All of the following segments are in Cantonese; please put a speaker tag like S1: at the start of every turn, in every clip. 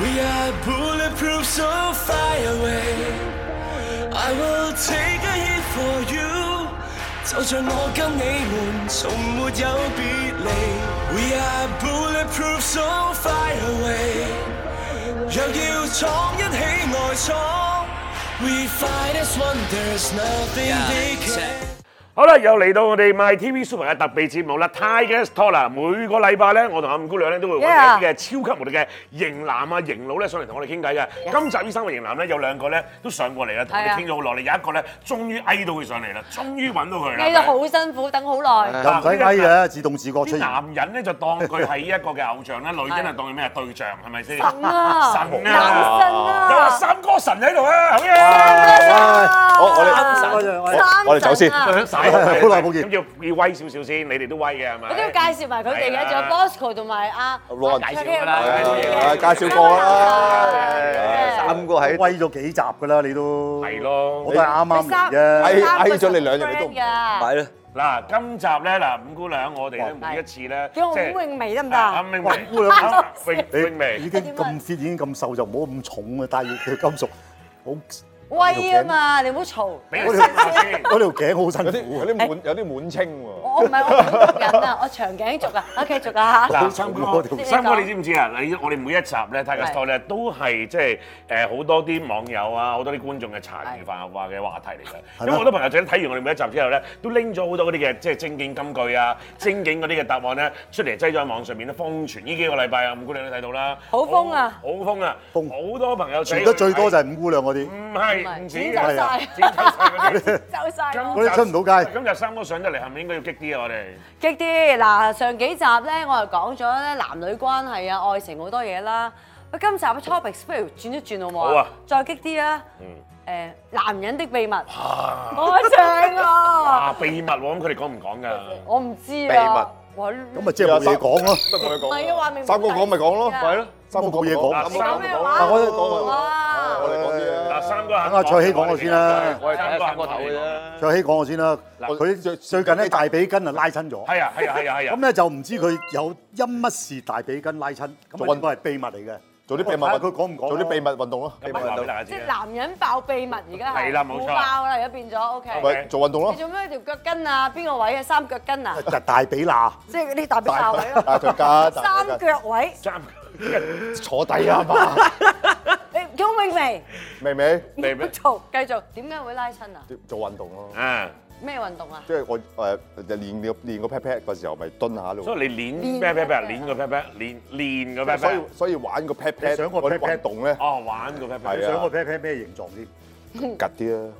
S1: We are bulletproof, so fly away. I will take a hit for you。就像我跟你們從沒有別離。We are bulletproof, so fly away。若要闖一起外闖，We fight as one, there's nothing they can。
S2: 好啦，又嚟到我哋 My TV Super 嘅特別節目啦，Tiger Talk 啦。每個禮拜咧，我同阿五姑娘咧都會揾一啲嘅
S3: Yeah
S2: 超級無敵嘅型男啊、型佬咧上嚟同我哋傾偈嘅。今集呢三個型男咧，有兩個咧都上過嚟啦，同我
S3: 係
S2: 哋
S3: 啊
S2: 傾咗好耐。有一個咧，終於嗌到佢上嚟啦，終於揾到佢啦。
S3: 嗌到好辛苦，等好耐。
S4: 又唔使翳嘅，自動自覺出
S2: 啲
S4: 現。
S2: 男人咧就當佢係一個嘅偶像啦，女人就當佢咩對象係咪先？神
S3: 啊
S2: 神
S3: 男
S2: 啊！
S3: 神啊！
S2: 有阿三哥神喺度啊，好嘢！
S4: 唉
S5: 我我
S3: 三
S5: 哋
S4: 多謝
S5: 我
S3: 三
S4: 我
S3: 神啊
S5: 我哋走先
S2: à.
S4: 好耐冇見
S2: 咁要要威少少先，你哋都威嘅係咪？
S3: 我都要介紹埋佢哋
S2: 係
S3: 嘅，
S2: 啊
S3: 仲有 Bosco À, 同埋阿
S5: Ron
S3: 阿卓
S5: 介紹㗎
S2: 啦
S3: 嘅
S5: 係啊介紹過啦
S3: 係啊
S5: 三個喺
S4: 威咗幾集㗎啦，你都
S2: 係，咯
S4: 我。都係啱啱嚟
S3: 你
S4: 啫。
S3: 三
S5: 嗌
S3: 三個
S5: 嗌咗你兩日你都唔
S3: friend 㗎
S5: 買啦，
S2: 嗱，今集咧嗱，五姑娘，我哋咧
S3: 哇
S2: 每一次咧，
S3: 叫我
S2: 即係
S3: 伍詠薇得唔得
S2: 啊
S3: 啊？
S2: 伍詠
S4: 五
S2: 薇，
S4: 姑
S2: 啊
S4: 娘
S2: 詠詠
S4: 已
S2: 薇，
S4: 經咁 fit，已經咁瘦，就唔好咁重啊！戴住條金屬，好
S3: 威啊！嘛，你唔好嘈。
S2: 俾佢試下先。
S4: 嗰條頸好
S5: 有
S4: 辛
S5: 啲
S4: 苦
S5: 有啲滿有啲滿清喎，
S3: 我唔係我唔讀緊啊，我長頸族啊。OK，續 à? 啊嚇。
S2: 嗱，
S4: 好
S2: 三
S4: 辛
S2: 哥
S4: 苦嗰條，
S2: 三哥，你知唔知啊？你我哋每一集咧《t i g e r
S3: 係
S2: Store》咧，都係即係誒好多啲網友啊，好多啲觀眾嘅茶餘飯後嘅話題嚟嘅。因為好多朋友仔睇完我哋每一集之後咧，都拎咗好多嗰啲嘅即係精警金句啊、精警嗰啲嘅答案咧，出嚟擠咗喺網上面咧瘋傳。呢幾個禮拜啊，五姑娘都睇到啦，
S3: 好瘋啊
S2: 好好瘋啊，
S4: 瘋
S2: 好多朋友仔
S4: 傳得最多就
S2: 係
S4: 係五姑娘嗰啲，
S2: 唔係唔
S3: 唔
S2: 止
S3: 止
S2: 嘅
S3: 走
S4: 係
S3: 晒，
S4: 啊
S2: 剪走晒嗰 啲
S3: 走晒咯。
S4: 嗰啲出唔到街
S2: 今日三哥上得嚟，係咪應該要激啲啊？我哋
S3: 激啲嗱，上幾集咧我又講咗咧男女關係啊、愛情好多嘢啦。喂，今集嘅 topics 不如轉一轉好唔好
S2: 好啊
S3: 啊？再激啲啊！誒，男人的秘密，我正啊！
S2: 啊秘密喎，咁佢哋講唔講㗎？
S3: 我唔知啊。
S5: 秘密
S3: 哇
S4: 咁咪即係冇嘢講咯。
S5: 乜冇嘢
S3: 唔係啊話明明
S5: 三個講咪講咯，
S3: 係啊
S5: 係咯，三個
S4: 冇嘢講
S2: 嗱
S5: 三
S3: 你
S5: 個
S3: 講咩話？
S5: 講
S4: 嗱我
S3: 哇
S5: 我哋講啲
S2: 嗱，
S5: 啊，
S2: 三哥肯
S4: 等阿蔡希講我先啦
S5: 我哋睇
S2: 三哥
S5: 下三
S2: 肯
S5: 個頭嘅
S2: 啫。
S5: 啫，
S4: 卓希講我先啦，
S5: 嗱
S4: 佢最最近咧大髀筋啊拉親咗，
S2: 係啊，係啊，係啊，係啊。
S4: 咁咧就唔知佢有因乜事大髀筋拉親，咁
S5: 做運
S4: 啊應該係秘密嚟嘅。
S5: 做啲秘密
S4: 睇下
S5: 運
S4: 佢講唔講咯
S5: 做啲秘密運動咯，秘密
S2: 話
S5: 運
S2: 俾
S5: 動，
S2: 大家知
S3: 即係
S2: 啊。
S3: 男人爆秘密而家係
S2: 係啦冇錯
S3: 互爆啦，而家變咗 OK。
S5: 咪做運動咯
S3: 你，做咩條腳筋啊？邊個位啊？三腳筋啊？
S4: 就大髀罅，
S3: 即係嗰啲大髀爆位咯。
S5: 大腿加大
S3: 三
S5: 腿
S3: 腳位，
S2: 三
S5: 加坐底啊嘛，
S3: 你鍾永薇，
S5: 明唔明？
S2: 秘 密
S3: 嘈，繼續。點解會拉親啊？
S5: 做運動咯，
S2: 啊，
S3: 咩運動啊？
S5: 即係我誒練個練個 pat pat 嘅時候咪蹲下
S2: 所
S5: 咯，
S2: 以你練咩 pat pat？練個 pat pat，練練個 pat
S5: 所以
S2: pat。
S5: 所以玩個 pat
S4: 你
S5: pat
S4: 想個
S5: 嗰啲
S4: pat pat
S5: 運動咧，
S2: 哦，玩個 pat pat。
S5: 係啊
S4: 想個 pat pat 咩形狀先？
S5: 趌啲啊，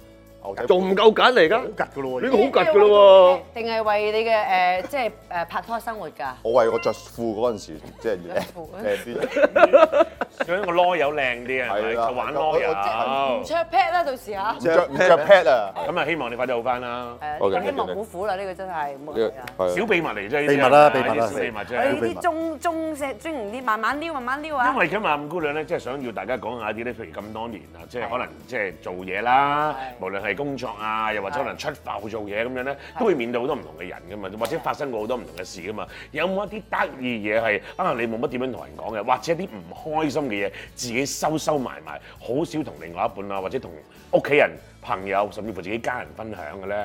S5: 牛仔
S6: 仲唔夠緊嚟㗎
S4: 好？夾嘅咯喎，
S6: 呢
S4: 呢
S6: 個
S4: 個
S6: 好緊㗎咯
S3: 定係為你嘅誒，即係誒拍拖生活㗎？
S5: 我為我着褲嗰陣時，即係
S3: 着褲啊
S5: 靚啲，
S2: 想個籮柚靚啲係咪？就玩籮
S3: 唔
S2: 柚。
S3: 着 pad 啦，到時嚇
S5: 唔。着唔着 pad 啊，
S2: 咁啊，希望你快啲好翻啦。
S5: 好嘅
S3: 誒，希望好苦啦，呢個真係冇
S5: 呢
S3: 人啊。
S5: 個係
S2: 小秘密嚟啫，呢啲
S4: 秘密啦秘密啦
S2: 呢啲小秘密
S3: 我哋
S2: 啫。
S3: 呢啲中中石中型啲，慢慢撩，慢慢撩啊
S2: 因。為今日五姑娘咧，即係想要大家講下啲咧，譬如咁多年啊，即係可能即係做嘢啦，
S3: 係
S2: 無論係工作啊，又或者可能出埠做嘢咁樣咧，都會面對好多唔同嘅人噶嘛，或者發生過好多唔同嘅事噶嘛。有冇一啲得意嘢係啊？你冇乜點樣同人講嘅，或者一啲唔開心嘅嘢，自己收收埋埋，好少同另外一半啊，或者同屋企人、朋友，甚至乎自己家人分享嘅啊咧？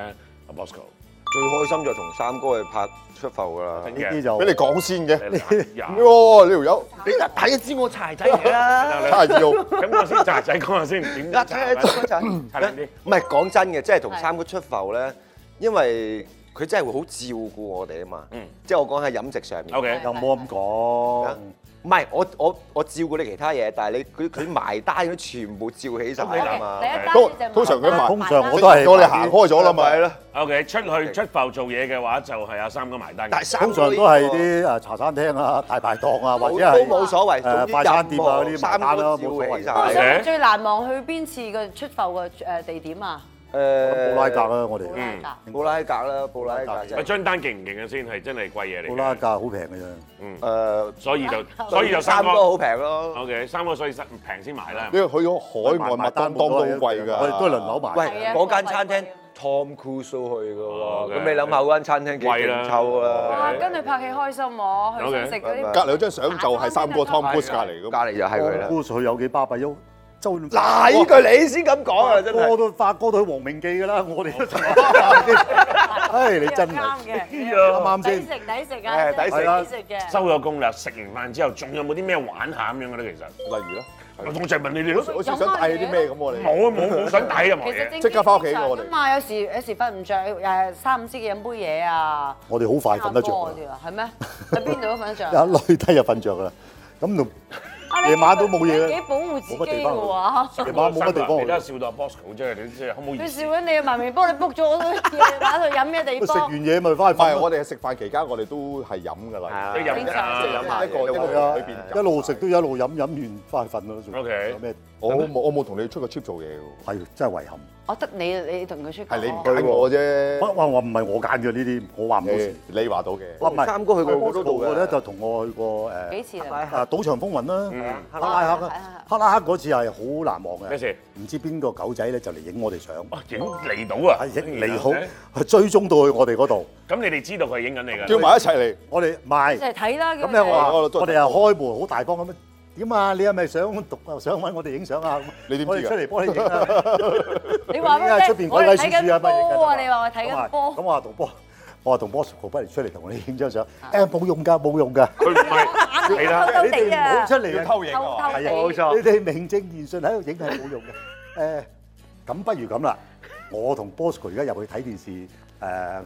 S2: 阿 Bosco，
S6: 最開心就同三哥去拍出埠㗎啦。
S2: 呢
S4: 啲就
S5: 俾你講先嘅，
S2: 你
S5: 哇！呢條友哎
S6: 你嗱睇都知我柴仔 嚟啦。
S5: 真係要。
S2: 咁我先仔仔講下先，點
S6: 嗱，
S2: 解
S6: 睇睇嗰陣，
S2: 擦亮啲
S6: 唔係講真嘅，即係同三哥出埠咧，因為佢真係會好照顧我哋啊嘛。
S2: 嗯
S6: 即係我講喺飲食上面。
S2: ？OK，
S4: 又冇咁
S6: 啊
S4: 講，
S6: 唔係我我我照顧你其他嘢，但係你佢佢埋單嗰啲全部照起晒
S3: 第一
S6: 啊嘛。
S3: 單
S5: 通
S3: 呢就
S5: 通常佢埋
S3: 單
S4: 通常我都
S5: 我哋
S4: 係，
S5: 行開咗啦嘛，係啦，
S2: OK，出去出埠做嘢嘅話，就係阿三哥埋單嘅。
S6: 但係三
S4: 通
S6: 哥
S4: 常
S6: 呢
S4: 都係
S6: 個
S4: 啲誒茶餐廳啊、大排檔啊，或者
S6: 都
S4: 係
S6: 冇所謂，總
S4: 誒
S6: 之
S4: 快餐
S6: 任
S4: 店啊嗰
S6: 何
S4: 啲
S6: 三
S4: 埋單啦，冇所
S6: 哥照起
S4: 謂。
S3: 我
S6: 晒。
S3: 想最難忘去邊次嘅出埠嘅誒地點啊？
S6: 誒
S4: 布拉格啦，我哋
S3: 嗯，
S6: 布拉格啦，布拉格即
S2: 喂，
S6: 係
S2: 張單勁唔勁嘅先係真係貴嘢嚟嘅。
S4: 布拉格好平嘅啫，
S6: 誒，
S2: 所以就所以就三
S6: 三哥
S2: 哥
S6: 好平咯。
S2: ，OK，三哥所以平先買啦。
S5: 因為去咗海外麥當當都好貴㗎，
S4: 我哋都係輪流埋。
S6: 喂，
S3: 係啊
S6: 嗰間餐廳 Tom Cruise 去嘅喎，
S2: 哦
S6: 咁你諗下嗰間餐廳幾
S2: 貴啦
S6: 勁抽
S3: 哇！
S6: 啦，
S3: 跟住拍戲開心喎，去食食嗰啲
S5: 隔離有張相就係三個 Tom Cruise 隔離
S6: 隔
S5: 咁，
S6: 離就係啊佢啦。
S4: Tom Cruise 佢有幾巴閉喐，周潤發
S6: 嗱，呢句你先咁講啊，真
S4: 個
S6: 係。
S4: 都發哥都去黃明記㗎啦， 我哋都同佢唉，你真係
S3: 啱 嘅，
S4: 啱啱
S3: 抵
S4: 先？
S3: 食抵食啊，
S6: 係抵食
S3: 真係抵食嘅。
S2: 收咗工啦，食完飯之後仲有冇啲咩玩下咁樣嘅咧？其實
S5: 例如啦，
S2: 我就係問你哋 咯，
S5: 好似想帶你啲咩咁我
S2: 冇
S5: 哋。
S2: 啊冇冇想睇任何
S3: 其實
S2: 嘢。
S3: 正
S5: 即刻返屋企㗎
S3: 常
S5: 我哋
S3: 㗎嘛，有時有時瞓唔着，誒三五知嘅飲杯嘢啊，
S4: 我哋好快瞓得着㗎
S3: 嗰啲啊，係 咩？喺邊度都瞓得着啊。
S4: 啦，一累低就瞓着㗎啦。咁 就
S3: 啊
S4: 夜晚都冇嘢
S3: 你幾保護自己
S4: 冇乜地
S3: 嘅
S4: 方
S3: 喎。
S4: 夜晚冇乜地方
S2: 你
S4: 去
S2: 都係笑到阿 Bosco 啫，你即係可唔可以
S3: 佢？笑緊你啊，明明幫你 book 咗好多嘢，打去飲嘅地
S4: 食完
S3: 方。
S4: 嘢咪翻
S5: 唔
S4: 去
S5: 係，
S4: 瞓
S5: 我
S4: 咯，
S5: 哋食飯期間我哋都係飲㗎啦，
S2: 你飲啊
S5: 即係飲下一個一
S4: 係
S5: 個裏邊
S4: 啊，一路食都一路飲，飲完翻去瞓咯。仲
S2: OK
S4: 有咩？
S5: 我冇我冇同你出過 trip 做嘢㗎喎，
S4: 係真係遺憾。
S3: 我得你，你同佢出街。
S5: 係你唔揀我
S4: 哇
S5: 啫，
S4: 哇！我唔係我揀嘅呢啲，我話唔到事。
S5: 你話到嘅。
S4: 哇唔係
S6: 三哥去過好多度嘅
S4: 我咧就同我去過誒
S3: 幾次啊？
S4: 啊賭場風雲啦，克拉克啦
S3: 啊，
S4: 克拉克嗰次係好難忘嘅。
S2: 咩事？
S4: 唔知邊個狗仔咧就嚟影我哋相，
S2: 哇影嚟到啊！
S4: 係影你好，係追蹤到去我哋嗰度。
S2: 咁你哋知道佢影緊你㗎？
S5: 叫埋一齊嚟，
S4: 我哋賣
S3: 即係睇啦。
S4: 咁咧，我話
S5: 我
S4: 我
S5: 都
S4: 哋又開門好大方咁樣。點啊？你係咪想讀啊？想揾我哋影相啊？咁
S5: 你點知㗎
S4: 我哋出嚟幫你影啊！
S3: 你話俾
S4: 影啊
S3: 我
S4: 出
S3: 聽
S4: 邊
S3: 我
S4: 鬼
S3: 哋
S4: 鬼
S3: 睇
S4: 祟
S3: 緊
S4: 祟啊！乜影
S3: 波
S4: 㗎
S3: 啊！你話我睇緊
S4: 咁啊咁
S3: 波，
S4: 我話同波，我話同波叔，不如出嚟同你影張相。誒冇用㗎，冇用㗎。
S2: 佢唔 係
S3: 眼
S2: 係啦
S3: 偷偷
S4: 你哋
S3: 地
S4: 唔好
S3: 啊
S4: 出，嚟啊！
S5: 偷影
S3: 偷
S5: 啊！
S3: 偷地。
S4: 冇
S6: 錯
S4: 你哋名正言順喺度影係冇用嘅。誒，咁不如咁啦，我同 Bosco 而家入去睇電視，誒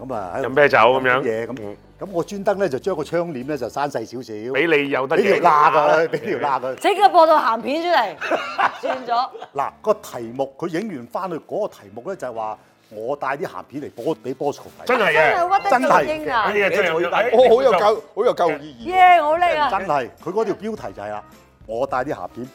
S4: 咁啊喺度
S2: 飲啤酒咁樣
S4: 飲嘢咁，咁我專登咧就將個窗簾咧就閂細少少，
S2: 俾你有得
S4: 俾條
S2: 影
S4: 罅佢，俾條罅佢。
S3: 即刻播到鹹片出 嚟，轉咗。
S4: 嗱個題目佢影完翻去嗰個題目咧就係話我帶啲鹹片嚟播俾 Bosco 睇，
S2: 真係嘅，
S3: 真係屈得咁英啊！
S2: 呢嘢真係哎
S5: 我好有教好有教育意義。
S3: 耶，我好 叻啊！
S4: 真係佢嗰條標題就係啦，啊我帶啲鹹片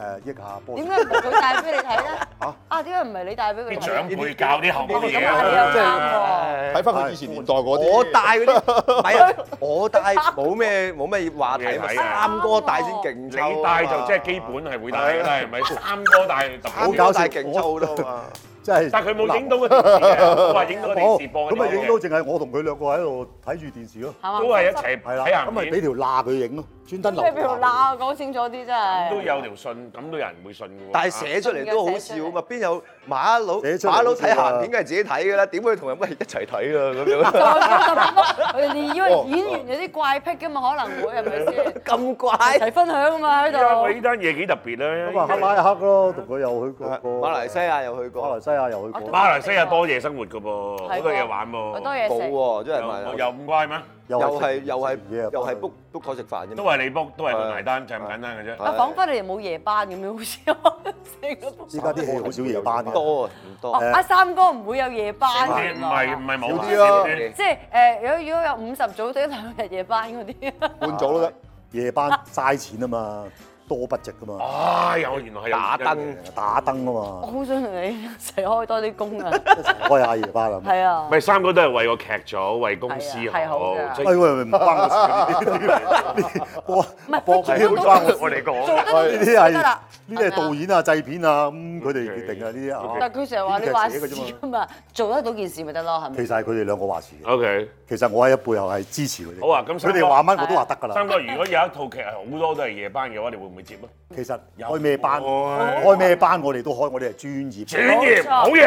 S4: 誒益下 Bosco
S3: 點。解唔係佢帶俾你睇咧？
S4: 嚇
S3: 啊，點解唔係你帶俾佢
S2: 啲
S3: 睇？
S2: 長輩教啲後
S3: 哦
S2: 輩
S3: 咁
S2: 嘢
S3: 啊，你
S2: 啊
S3: 又啱喎。
S5: 睇翻佢以前年代嗰啲，
S6: 我帶嗰啲，唔係啊，我帶 冇咩冇咩話題啊
S2: 冇
S6: 嘛，
S2: 嘢睇啊
S6: 三哥帶先勁
S2: 你
S6: 抽啊嘛
S2: 帶就即係基本係會帶㗎啦，係咪？三哥帶特
S6: 三
S2: 別
S4: 好
S2: 好，
S6: 哥
S4: 搞笑
S6: 帶勁抽啦嘛。
S4: 真係，哦
S2: 但係佢冇影到個電視嘅，佢話影到個電視播
S4: 咁咪
S2: 嘅
S4: 影到淨係我同佢兩個喺度睇住電視咯。
S3: 係嘛
S2: 都係一齊
S4: 係啦，
S2: 睇下
S4: 咁咪俾條罅佢影咯，專登留
S3: 咩條
S4: 條
S3: 罅？
S4: 罅。
S3: 講清楚啲真係。
S2: 都有條信，咁都有人會信嘅喎。
S6: 但係寫出嚟都好笑啊嘛，邊有馬佬
S4: 寫出嚟
S6: 馬佬睇鹹
S4: 好笑啊
S6: 片梗係自己睇㗎啦，點會同人喂一齊睇啊咁
S3: 再
S6: 樣
S3: 咁樣你以為演員有啲怪癖噶嘛？可能會係咪先？
S6: 哦 咁
S3: 一
S6: 怪？
S3: 齊分享啊嘛喺
S2: 因為
S3: 度
S2: 呢。單嘢幾特別咧。
S4: 咁啊，克拉克咯，同佢又去過。
S6: 馬來西亞又去
S4: 馬來
S6: 過，
S4: 西亞又去過，
S2: 馬來西亞多夜生活嘅噃，好
S3: 係喎
S2: 多嘢玩喎。
S3: 好多嘢
S6: 冇
S3: 食。
S6: 喎，真係
S2: 又
S6: 咪？
S2: 又唔怪咩？
S4: 又
S6: 又係
S4: 食
S6: 又係
S4: 食嘢
S6: 又係
S4: 翻去
S6: book book 台食飯啫嘛，
S2: 都係你 book，都係佢
S6: 係
S2: 埋單，就係咁簡單嘅啫。
S3: 啊，彷彿你哋冇夜班咁樣，好似我成個
S6: 哦
S3: 都
S4: 依家啲戲好少夜班
S6: 唔
S4: 嘅。
S6: 多啊，唔多
S3: 哦，阿三哥唔會有夜班
S2: 啲
S3: 㗎
S2: 唔係唔
S3: 嘛。
S2: 係冇
S5: 少啲啊
S2: 啲
S3: 即係誒，如果如果有五十組得兩日夜班嗰啲，
S5: 半組都得。
S4: 夜班嘥錢啊嘛，多不值噶嘛，
S2: 啊，有原來係有
S6: 打燈
S2: 原因嘅
S4: 打燈
S3: 我
S4: 啊嘛，
S3: 好想同你一齊開多啲工 啊！
S4: 一齊開下夜班啦。
S3: 係啊，
S2: 咪三個都係為個劇組、為公司
S3: 係啊係好
S2: 好
S3: 㗎，
S2: 即
S4: 哎喂
S2: 係
S4: 喂喂，唔關我事呢啲，我
S3: 唔係
S4: 播
S3: 佢做得
S4: 呢
S2: 關
S3: 到
S2: 我我哋講
S3: 做
S2: 嘅。
S3: 得到
S4: 啲
S3: 就
S4: 係
S3: 啊得啦。
S4: 呢啲係導演啊、製片啊，
S2: 嗯
S4: 咁佢哋決定啊呢啲啊。
S3: 但係佢成日話你話事
S4: 編劇寫嘅啫嘛
S3: 㗎嘛，做得到件事咪得咯，係
S4: 其
S3: 咪？
S4: 實係佢哋兩個話事嘅，
S2: O K，
S4: 其實我喺背後係支持佢哋。
S2: 好啊咁
S4: 佢哋話乜我啊都話得㗎啦。
S2: 三哥，如果有一套劇係好多都係夜班嘅話，你會唔會接啊？
S4: 其實開咩班，
S2: 有啊
S4: 開咩班我哋都開，我哋係專業。啊
S2: 專業好嘢，
S3: 中唔中意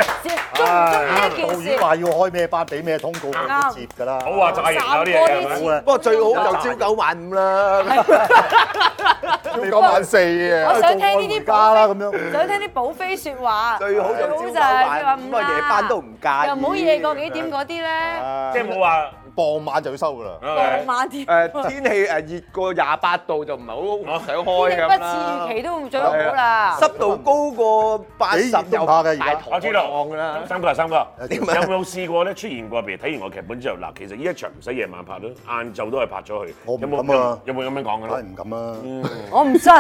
S3: 呢件
S4: 導
S3: 事
S4: 演？話要開咩班，俾咩通告
S3: 啱
S4: 我都接㗎啦。
S2: 好話詐型啊啲嘢係
S4: 好
S2: 咪？
S4: 啦
S6: 不，過最
S3: Ờ.
S6: 好就朝九晚五啦，
S5: 朝九晚四嘅，
S3: 我想聽呢啲
S4: 做愛回家啦咁樣
S3: 想聽啲補飛説話。
S6: 最好就朝
S3: 就
S6: 九
S3: 係話
S6: 晚
S3: 唔
S6: 五，不過啊夜班都唔介意。
S3: 又唔好夜過幾點嗰啲咧，
S5: 啊
S2: 即係冇話
S5: 傍晚就要收㗎啦。
S2: OK
S3: 浪漫啲。
S2: 哎
S6: 誒天氣誒熱過廿八度就唔係好想
S3: 不
S6: 開
S3: 似
S6: 咁啦。
S3: 預期都最好啦。
S2: 哎
S6: 濕度高過八十
S4: 幾熱
S6: 又
S4: 都怕嘅而家
S6: 大堂
S2: 我知道
S6: 㗎啦。
S2: 三哥，三哥，有
S4: 點啊
S2: 冇試過咧出現過？譬如睇完個劇本之後，嗱，其實呢一場唔使夜晚拍啦，晏晝都係拍咗佢。
S4: 我唔
S2: 有冇
S4: 敢啊
S2: 有冇咁樣講嘅
S4: 梗係
S2: 咧？
S4: 唔敢啦。
S3: 我唔信。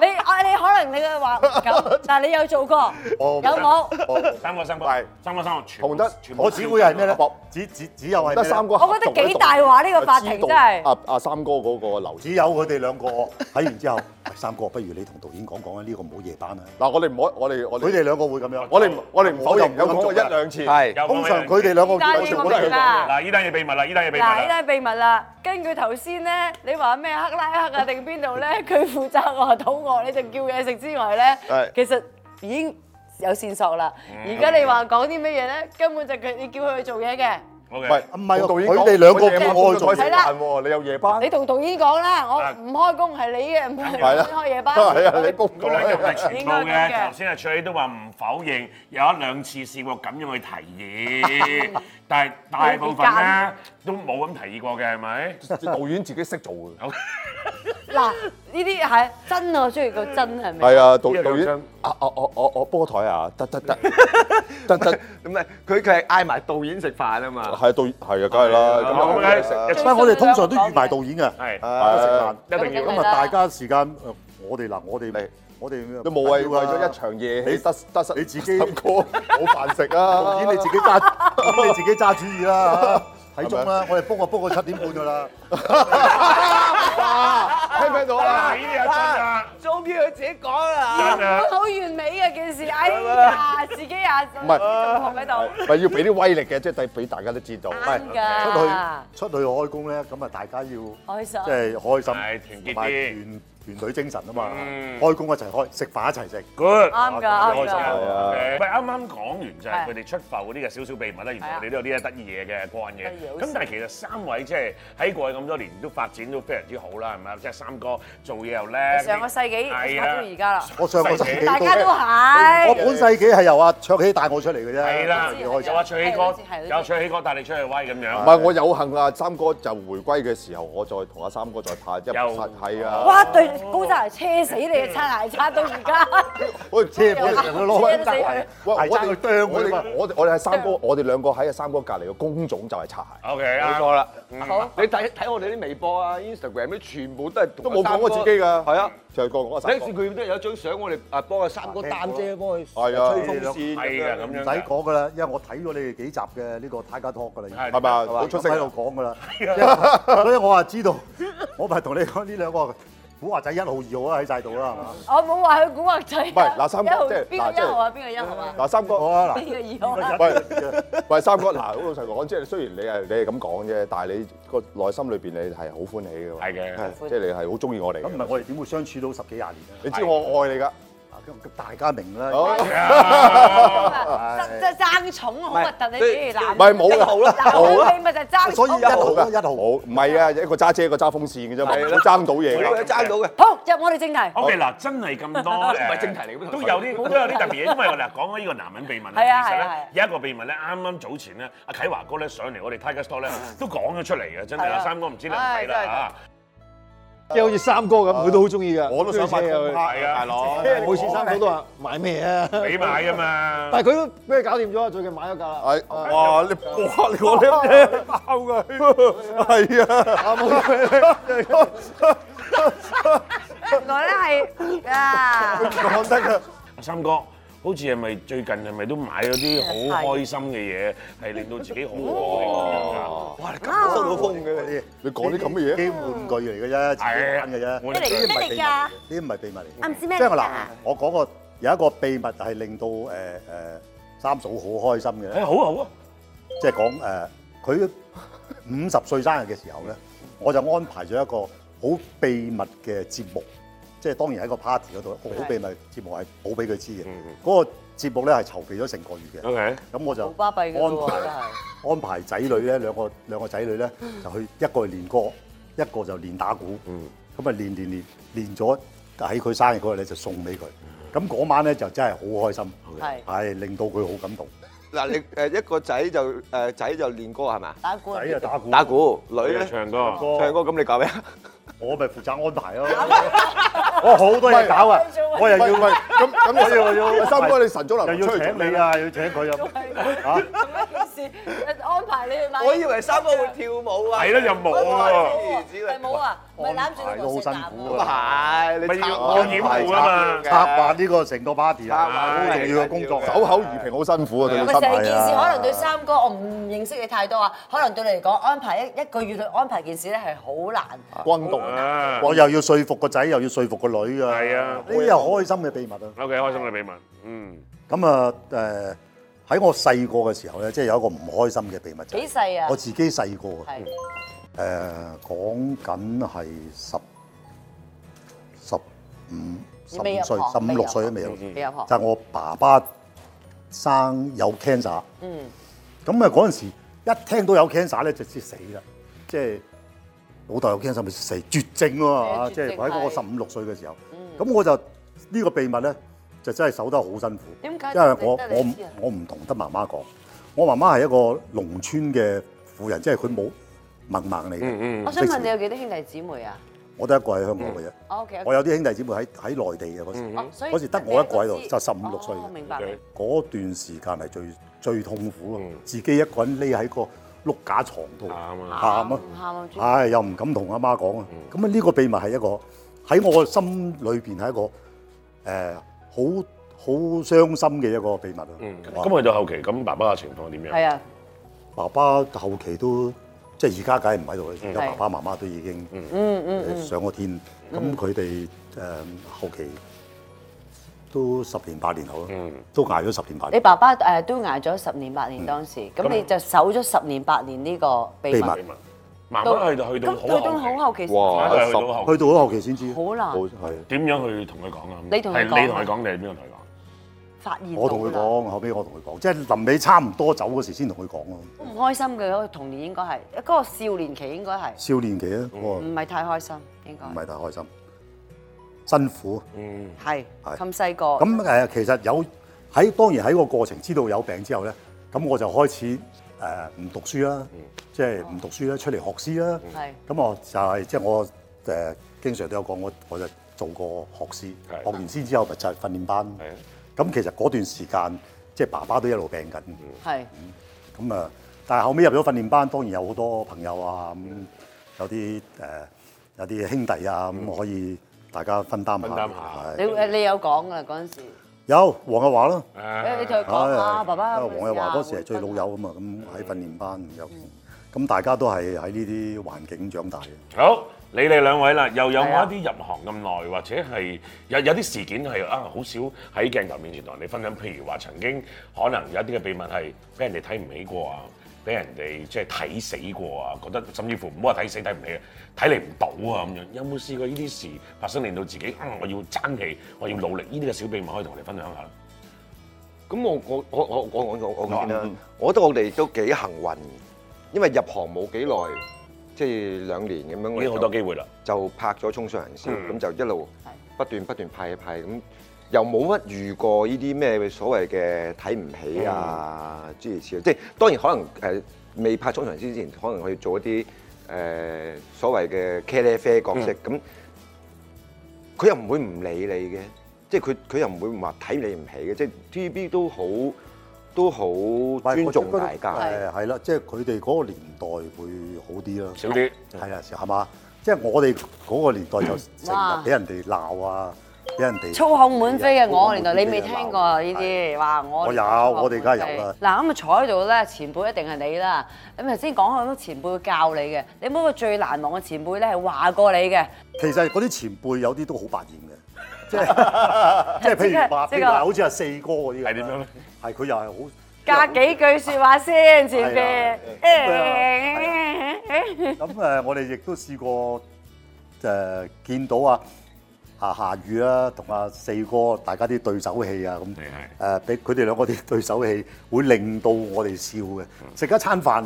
S3: 你啊，你可能可能你嘅話唔敢，但係你有做過，有
S5: 我
S3: 冇？
S2: 三個三個
S5: 係
S2: 三個三個全部
S5: 同得
S2: 全部
S4: 我只會係咩咧
S5: 阿博？
S4: 只只只有係咩
S5: 得
S4: 呢
S5: 三個
S3: 我覺得幾大話呢個法庭真係
S5: 阿阿三哥嗰個流
S4: 只有佢哋兩個睇完之後，喂三哥，不如你同導演講講啊，呢個唔好夜班啊！
S5: 嗱，我哋唔可，我哋我
S4: 佢
S5: 哋
S4: 哋兩個會咁樣，
S5: 我哋啊唔我哋唔否
S4: 我又
S5: 認
S4: 唔
S5: 有
S4: 敢
S5: 講過
S4: 做
S5: 一
S4: 㗎
S5: 兩次，
S6: 係
S2: 有啊
S4: 通常佢哋兩個
S3: 依單
S5: 我
S3: 嘢
S5: 全
S3: 我
S5: 部都係
S3: 明啦。
S2: 嗱，呢單嘢秘密啦，呢單嘢秘密
S3: 嗱，呢
S2: 啦。
S3: 單秘密啦。根據頭先咧，你話咩克拉克啊定邊度咧？佢負責話肚餓，你就叫嘢食之外咧
S5: 係，
S3: 其實已經有線索啦。而家你話講啲乜嘢咧？根本就佢你叫佢去做嘢嘅。
S2: O
S5: 唔係
S2: K，
S4: 唔係喎啊
S5: 同導演
S4: 佢
S5: 講
S4: 哋兩個
S5: 我夜晚
S4: 叫我去
S5: 都
S4: 做
S5: 開
S3: 係
S5: 食
S3: 啦
S5: 飯喎，你有夜班
S3: 你同導演講啦，我
S2: 啊
S3: 唔開工係你嘅，唔
S5: 係啦
S3: 係，開夜班。
S5: 係啊，你 book
S2: 嗰兩日唔係
S5: 咗
S2: 全部
S3: 應該咁嘅
S2: 嘅。頭先阿翠都話唔否認，有一兩次試過咁樣去提議，但係大部分咧都冇咁提議過嘅，係咪？
S5: 導演自己識做嘅。
S3: 嗱，呢啲係真啊，我中意個真係咪？
S5: 係啊，導
S2: 呢個
S5: 導演
S2: 兩張
S5: 啊，我我我我波台啊，得得得 得得，
S6: 咁啊，佢佢係嗌埋導演食飯啊嘛。
S5: 係導演係啊，梗係啦，
S2: 咁
S5: 梗係啦
S2: 梗
S4: 唔係我哋通常都預埋導演嘅，
S2: 係
S5: 啊
S2: 一定要
S3: 咁係
S4: 咁啊
S3: 啦
S4: 大家時間誒，我哋嗱我哋
S5: 嚟
S4: 我哋
S5: 都冇
S4: 唔緊
S5: 謂
S4: 要
S5: 為
S4: 啊
S5: 咗一場夜戲
S4: 你
S5: 得得失
S4: 你自己
S5: 得失歌冇飯食啊！
S4: 導演你自己揸，咁你自己揸主意 啦，睇中啦，我哋 book 啊 book 個七點半㗎啦，
S5: 聽唔聽到
S2: 啊
S5: 啊？
S2: 呢啲係真啊！
S6: 終於佢自己講啦。
S2: 真啊！
S3: 好完美嘅件事，哎呀，自己啊，唔
S5: 係
S3: 喺度
S5: 咪要俾啲威力嘅，即係俾大家都知道。
S3: 啱
S4: 出
S3: 㗎，
S4: 去出去開工咧，咁啊大家要。
S3: 開心
S4: 即。係開心，
S2: 係團結啲
S4: 同埋團團隊精神啊嘛！
S2: 嗯
S4: 開工一齊開，食飯一齊食。
S2: Good，
S3: 啱㗎啱㗎
S2: 開心啊
S5: 係啊
S2: 喂，啱啱講完就係
S3: 係
S2: 佢哋出埠嗰啲嘅少少秘密啦，原
S3: 係
S2: 來
S3: 啊
S2: 我哋都有啲得意嘢嘅個人
S3: 得意嘢好
S2: 嘢。咁但係其實三位即係喺過去咁多年都發展都非常之好啦，係咪啊？即係三哥做嘢又叻，
S3: 上個世哎紀
S2: 係
S3: 拍到而家啦，
S4: 我上個世
S2: 世
S4: 紀
S2: 紀
S3: 大家都
S4: 都，我
S3: 係。
S4: 本世紀係由阿卓喜帶我出嚟嘅啫。
S2: 係啦，
S3: 知
S2: 有
S3: 係
S2: 阿翠喜哥
S3: 係好似係，
S2: 有阿翠喜哥帶你出去威咁
S5: 唔
S2: 樣。
S5: 係我有幸啊，三哥就回歸嘅時候，我再同阿三哥再拍一
S2: 又
S5: 拍係啊，
S3: 哇！對高踭鞋車死你，擦鞋擦到而家，
S5: 喂，
S4: 車唔車成佢攞
S3: 車都死佢
S5: 喂
S4: 係爭佢啄
S5: 我
S4: 佢嘛
S5: 哋我哋我哋係三哥，我哋兩個喺阿三哥隔離嘅工種就係擦鞋，
S2: O K，
S6: 冇
S2: 啱
S6: 錯啦。
S3: 好
S6: 你睇睇我哋啲微博啊、Instagram à, 啲全部都係
S5: 都冇講過自己㗎，啊係啊，就係講我
S6: 你
S5: 三哥
S6: 算。佢都有一張相，我哋啊幫阿三哥擔遮，幫佢
S5: 係啊
S6: 吹風扇
S2: 係嘅，
S6: 咁
S2: 咁
S4: 唔
S2: 樣
S4: 使
S2: 嘅。
S4: 講㗎啦，因為我睇咗你哋幾集嘅呢個《Tiger Talk》㗎啦已經。
S2: 係
S5: 係咪
S4: 好
S5: 啊？好
S4: 出
S5: 出
S4: 色喺
S5: 色啊！
S4: 度講㗎啦，所以我話知道，我咪同你講呢兩個古惑仔一號二號啊喺晒度啦，係嘛？
S3: 我冇話佢古惑仔啊。唔
S5: 係嗱三
S3: 一號
S5: 即係
S3: 邊個
S5: 嗱
S3: 一
S5: 即係嗯
S3: 號啊？邊個一號啊？
S5: 嗱，三哥，
S4: 好啊嗱，
S3: 邊個二 號啊？
S5: 喂 喂，三哥，嗱，好老實講，即係雖然你係你係咁講啫，但係你個內心裏邊你係好歡喜嘅喎，
S2: 係嘅
S5: 即係你係好中意我哋
S4: 咁唔
S5: 嘅。
S4: 係我哋點會相處到十幾廿年啊
S5: 你知我愛你㗎，
S4: 啊？咁大家明啦。
S7: 哦
S5: 好
S3: 即係爭寵好核突，你
S6: 係
S3: 知男
S5: 唔係冇嘅，好啦
S3: 男人秘密就係爭寵。
S4: 所以一號
S5: 好
S4: 一號
S5: 好，唔係啊，一個揸車，一個揸風扇嘅啫嘛，
S6: 係
S5: 冇
S6: 啦
S5: 爭到嘢
S6: 佢
S5: 㗎
S6: 都。爭到嘅。
S3: 好，入我哋正題。啊
S2: O K，嗱，真係咁多唔
S6: 係正題嚟嘅
S2: 都有啲都有啲特別嘢，因為我嗱講開呢個男人秘密咧，
S3: 係啊
S2: 其實
S3: 係啊係啊
S2: 咧有一個秘密咧，啱啱早前咧，阿啟華哥咧上嚟我哋 Tiger Store 咧都講咗出嚟嘅，真係
S3: 係啊
S2: 阿三哥唔知你有冇睇
S3: 唉真係
S2: 啦
S7: 即係好似三哥咁，佢都好中意噶。
S5: 我都想買
S7: 佢
S5: 通
S7: 中意車啊
S5: 拍啊，大佬。
S7: 佢每次三哥都話買咩啊？
S2: 嚇，俾買啊嘛，
S7: 但係佢都俾佢搞掂咗，最近買咗架啦。
S5: 係哇！你哇！你我呢包㗎，係
S4: À,
S5: 啊，
S3: 原來咧係啊，
S5: 講得㗎。
S2: 阿三哥。好似係咪最近係咪都買咗啲好開心嘅嘢，係令到自己好開
S6: 哇！你咁收到風嘅你。
S5: 你講啲咁嘅嘢，
S4: 啲玩具嚟嘅啫，自己玩嘅啫。
S2: 心嘅啫？
S3: 咩嚟咩嚟㗎？啊
S4: 呢啲唔係秘密嚟嘅。
S3: 我唔知咩
S4: 即係
S3: 嚟㗎
S4: 嗱，我講個有一個秘密係令到誒誒 ờ, 三嫂好開心嘅，
S2: 誒好啊好啊，
S4: 即係講誒佢五十歲生日嘅時候咧，我就安排咗一個好秘密嘅節目，即係當然喺個 party 嗰度，一個好秘密嘅節目係冇俾佢知嘅。嗰個節目咧係籌備咗成個月嘅，
S2: OK，
S4: 咁我就
S3: 好巴閉嘅 喎，
S4: 安
S3: 真
S4: 排
S3: 係。
S4: 安排仔女咧兩個兩個仔女咧就去一個去練歌，一個就練打鼓。咁啊練練練練咗喺佢生日嗰日咧就送俾佢。咁嗰晚咧就真係好開心，
S3: 係
S4: 係令到佢好感動。
S6: 嗱，你誒一個仔就誒仔就練歌係嘛？
S3: 打鼓
S4: 仔啊打鼓，
S6: 打鼓，女
S2: 佢
S6: 咧
S2: 就哎唱歌。
S6: 唱歌，咁你搞咩啊？
S4: 我咪負責安排咯。 我好多嘢搞啊！我又
S5: 喂
S4: 要
S5: 喂，咁咁
S4: 我要我要
S5: 三哥你晨早流
S4: 又
S5: 流出
S4: 要
S5: 去做
S4: 請
S5: 咩
S4: 你
S5: 咧？
S4: 啊，又要請佢啊。
S3: 時 安排你去買。
S6: 我以為三哥會跳舞啊，
S2: 係咯又冇啊
S3: 係冇啊，咪攬住你
S4: 安排都好辛苦
S6: 咁
S4: 啊
S6: 啊係，
S2: 咪
S6: 你
S2: 要
S6: 插
S2: 我掩護啊嘛
S4: 策劃呢個成個 party
S6: 策劃
S4: 啊，好重要嘅工作。
S6: 係
S5: 守口如瓶好辛苦啊，對
S3: 咪
S5: 你
S3: 成
S5: 身
S3: 件
S5: 體
S3: 事
S5: 啊。
S3: 可能對三哥，我唔認識你太多啊，可能對你嚟講安排一一個月去安排件事咧係好難。
S5: 轟動啊！
S3: 哎
S2: 啊
S4: 我又要說服個仔，又要說服個女㗎。
S2: 係啊
S4: 呢啲係開心嘅秘密啊！
S2: ，OK，開心嘅秘密，嗯，
S4: 咁啊誒喺我細個嘅時候咧，即係有一個唔開心嘅秘密就係
S3: 幾細啊
S4: 我自己細個啊
S3: 係
S4: 誒講緊係十十五十
S3: 未
S4: 五
S3: 入
S4: 歲
S3: 行
S4: 十五
S3: 未入
S4: 六歲都未有，
S3: 未入行
S4: 就係我爸爸生有 cancer。嗯，咁啊嗰陣時一聽到有 cancer 咧，就知死啦，即係老豆有 cancer 咪死絕症喎、啊，
S3: 絕
S4: 即
S3: 症
S4: 係喺嗰個
S3: 係嗯
S4: 十五六歲嘅時候。咁、我就呢、個秘密咧，就真係守得好辛苦。
S3: 點解
S4: 因為我
S3: 得
S4: 我
S3: 你
S4: 唔
S3: 知啊
S4: 我唔同得媽媽講，我媽媽係一個農村嘅婦人，即係佢冇掹掹你嘅。
S3: 嗯哦我想問你有幾多兄弟姊妹啊哦
S4: 我得一個喺香港嘅啫。
S3: ？OK，
S4: 我有啲兄弟姊妹喺喺內地嘅嗰時，
S3: 嗯哦
S4: 嗰時得我一個喺度，就十五六歲嘅。嗯
S3: 明白。
S2: OK
S4: 嗰段時間係最最痛苦啊！自己一個人匿喺個碌架床度
S2: 嗯啱啊嗯
S4: 喊啊！
S3: 哦喊啊！
S4: 唉、又唔敢同阿媽講啊！咁啊，呢個秘密係一個喺我心裏邊係一個誒好好傷心嘅一個秘密啊！
S2: 嗯
S4: 哇
S2: 咁去到後期，咁爸爸嘅情況點樣？
S3: 係啊，
S4: 爸爸後期都即係而家梗係唔喺度啦，
S2: 嗯
S4: 而
S3: 係
S4: 家爸爸媽媽都已經誒上咗天，咁佢哋誒後期都十年八年後啦，
S2: 嗯
S4: 都捱咗十年八
S3: 你
S4: 年。
S3: 爸爸誒都捱咗十年八年當時，咁你就守咗十年八年呢個秘密
S4: 嗯秘。
S2: 秘密慢慢去到去到
S3: 咁
S2: 好
S3: 佢都
S2: 後
S3: 好
S2: 期，
S3: 後期先
S6: 哇
S2: 去到後期
S4: 去到咗後期先知，
S3: 好難
S4: 係
S2: 點樣去同佢講啊？
S3: 你同佢
S2: 係
S3: 講啊
S2: 你同佢講定係邊個同佢講？
S3: 發現。
S4: 我同佢，講，後尾我同佢講，即係臨尾差唔多走嗰時先同佢講咯。
S3: 唔開心嘅嗰個童年應該係，嗰個少年期應該係
S4: 少年期咧，
S2: 嗯
S4: 我
S3: 唔係太開心，應
S4: 唔
S3: 該
S4: 係太開心，辛苦。
S2: 嗯
S3: 係
S4: 係
S3: 咁細個。
S4: 咁誒、呃其實有喺當然喺個過程知道有病之後咧，咁我就開始誒唔、讀書啦，
S2: 嗯
S4: 即係唔讀書啦，出嚟學師啦。
S3: 係
S4: 咁我就係即係我誒、呃、經常都有講，我我就做過學師，
S2: 係
S4: 學完師之後咪就係訓練班
S2: 係。啊
S4: 咁其實嗰段時間即係爸爸都一路病緊。
S2: 嗯
S3: 係
S4: 咁啊，但係後尾入咗訓練班，當然有好多朋友啊，咁有啲誒、呃有啲兄弟啊，咁可以大家分擔下。
S2: 分擔下
S4: 係
S3: 你誒你有講㗎啦嗰陣時，
S4: 有黃日華咯，
S3: 誒你同佢講啊，
S4: 啊
S3: 爸爸有
S4: 黃
S3: 咩事啊。
S4: 日華嗰時係最老友啊嘛，咁喺訓練班有，
S3: 嗯
S4: 咁大家都係喺呢啲環境長大嘅。
S2: 好，你哋兩位啦，又有
S3: 係
S2: 冇
S3: 啊
S2: 一啲入行咁耐，或者係有有啲事件係啊，好少喺鏡頭面前同人哋分享？譬如話曾經可能有一啲嘅秘密係俾人哋睇唔起過啊，俾人哋即係睇死過啊，覺得甚至乎唔好話睇死睇唔起啊，睇你唔到啊咁樣。有冇試過呢啲事發生，令到自己啊、我要爭氣，我要努力，呢啲嘅小秘密可以同我哋分享下啦。
S6: 咁我我我我我我我我見啦，我覺得我哋都幾幸運，因為入行冇幾耐，即係兩年咁樣，
S2: 已經好多機會啦，
S6: 就拍咗《衝上雲霄》，咁、
S2: 嗯
S6: 就一路不斷不斷派一派，咁又冇乜遇過呢啲咩所謂嘅睇唔起啊、
S4: 嗯
S6: 諸如此類。即係當然可能誒、呃未拍《衝上雲霄》之前，可能去做一啲誒、呃所謂嘅茄喱啡角色，
S4: 嗯
S6: 咁佢、又唔會唔理你嘅，即係佢佢又唔會話睇你唔起嘅，即係 TVB 都好都好尊重大家。
S4: 誒係啦，即係佢哋嗰個年代會好啲啦，
S2: 少啲
S4: 係啦，係嘛？即係我哋嗰個年代就成
S3: 哇
S4: 日俾人哋鬧啊，俾人哋
S3: 粗口滿飛嘅
S4: 粗口
S3: 我
S4: 滿
S3: 年代，你
S4: 飛
S3: 未
S4: 嘅
S3: 聽
S4: 鬧
S3: 過啊呢
S4: 係
S3: 啲，哇！我
S4: 我有
S3: 粗口
S4: 我哋梗係
S3: 滿飛
S4: 有啦
S3: 嗱咁啊坐喺度咧，前輩一定係你啦。咁頭先講好多前輩會教你嘅，你冇個最難忘嘅前輩咧係話過你嘅，
S4: 其實嗰啲前輩有啲都好百厭嘅，即係即係譬如話，
S3: 即
S4: 譬
S3: 係
S4: 如話好似係四哥嗰啲咁啦啊
S2: 係點樣咧？
S4: 係佢又係好
S3: 加幾句説話先，前輩。
S4: 咁誒，我哋亦都試過誒、見到啊夏夏雨啦，同阿四哥大家啲對手戲啊咁誒，俾佢哋兩個啲對手戲會令到我哋笑嘅。
S2: 嗯
S4: 食一餐飯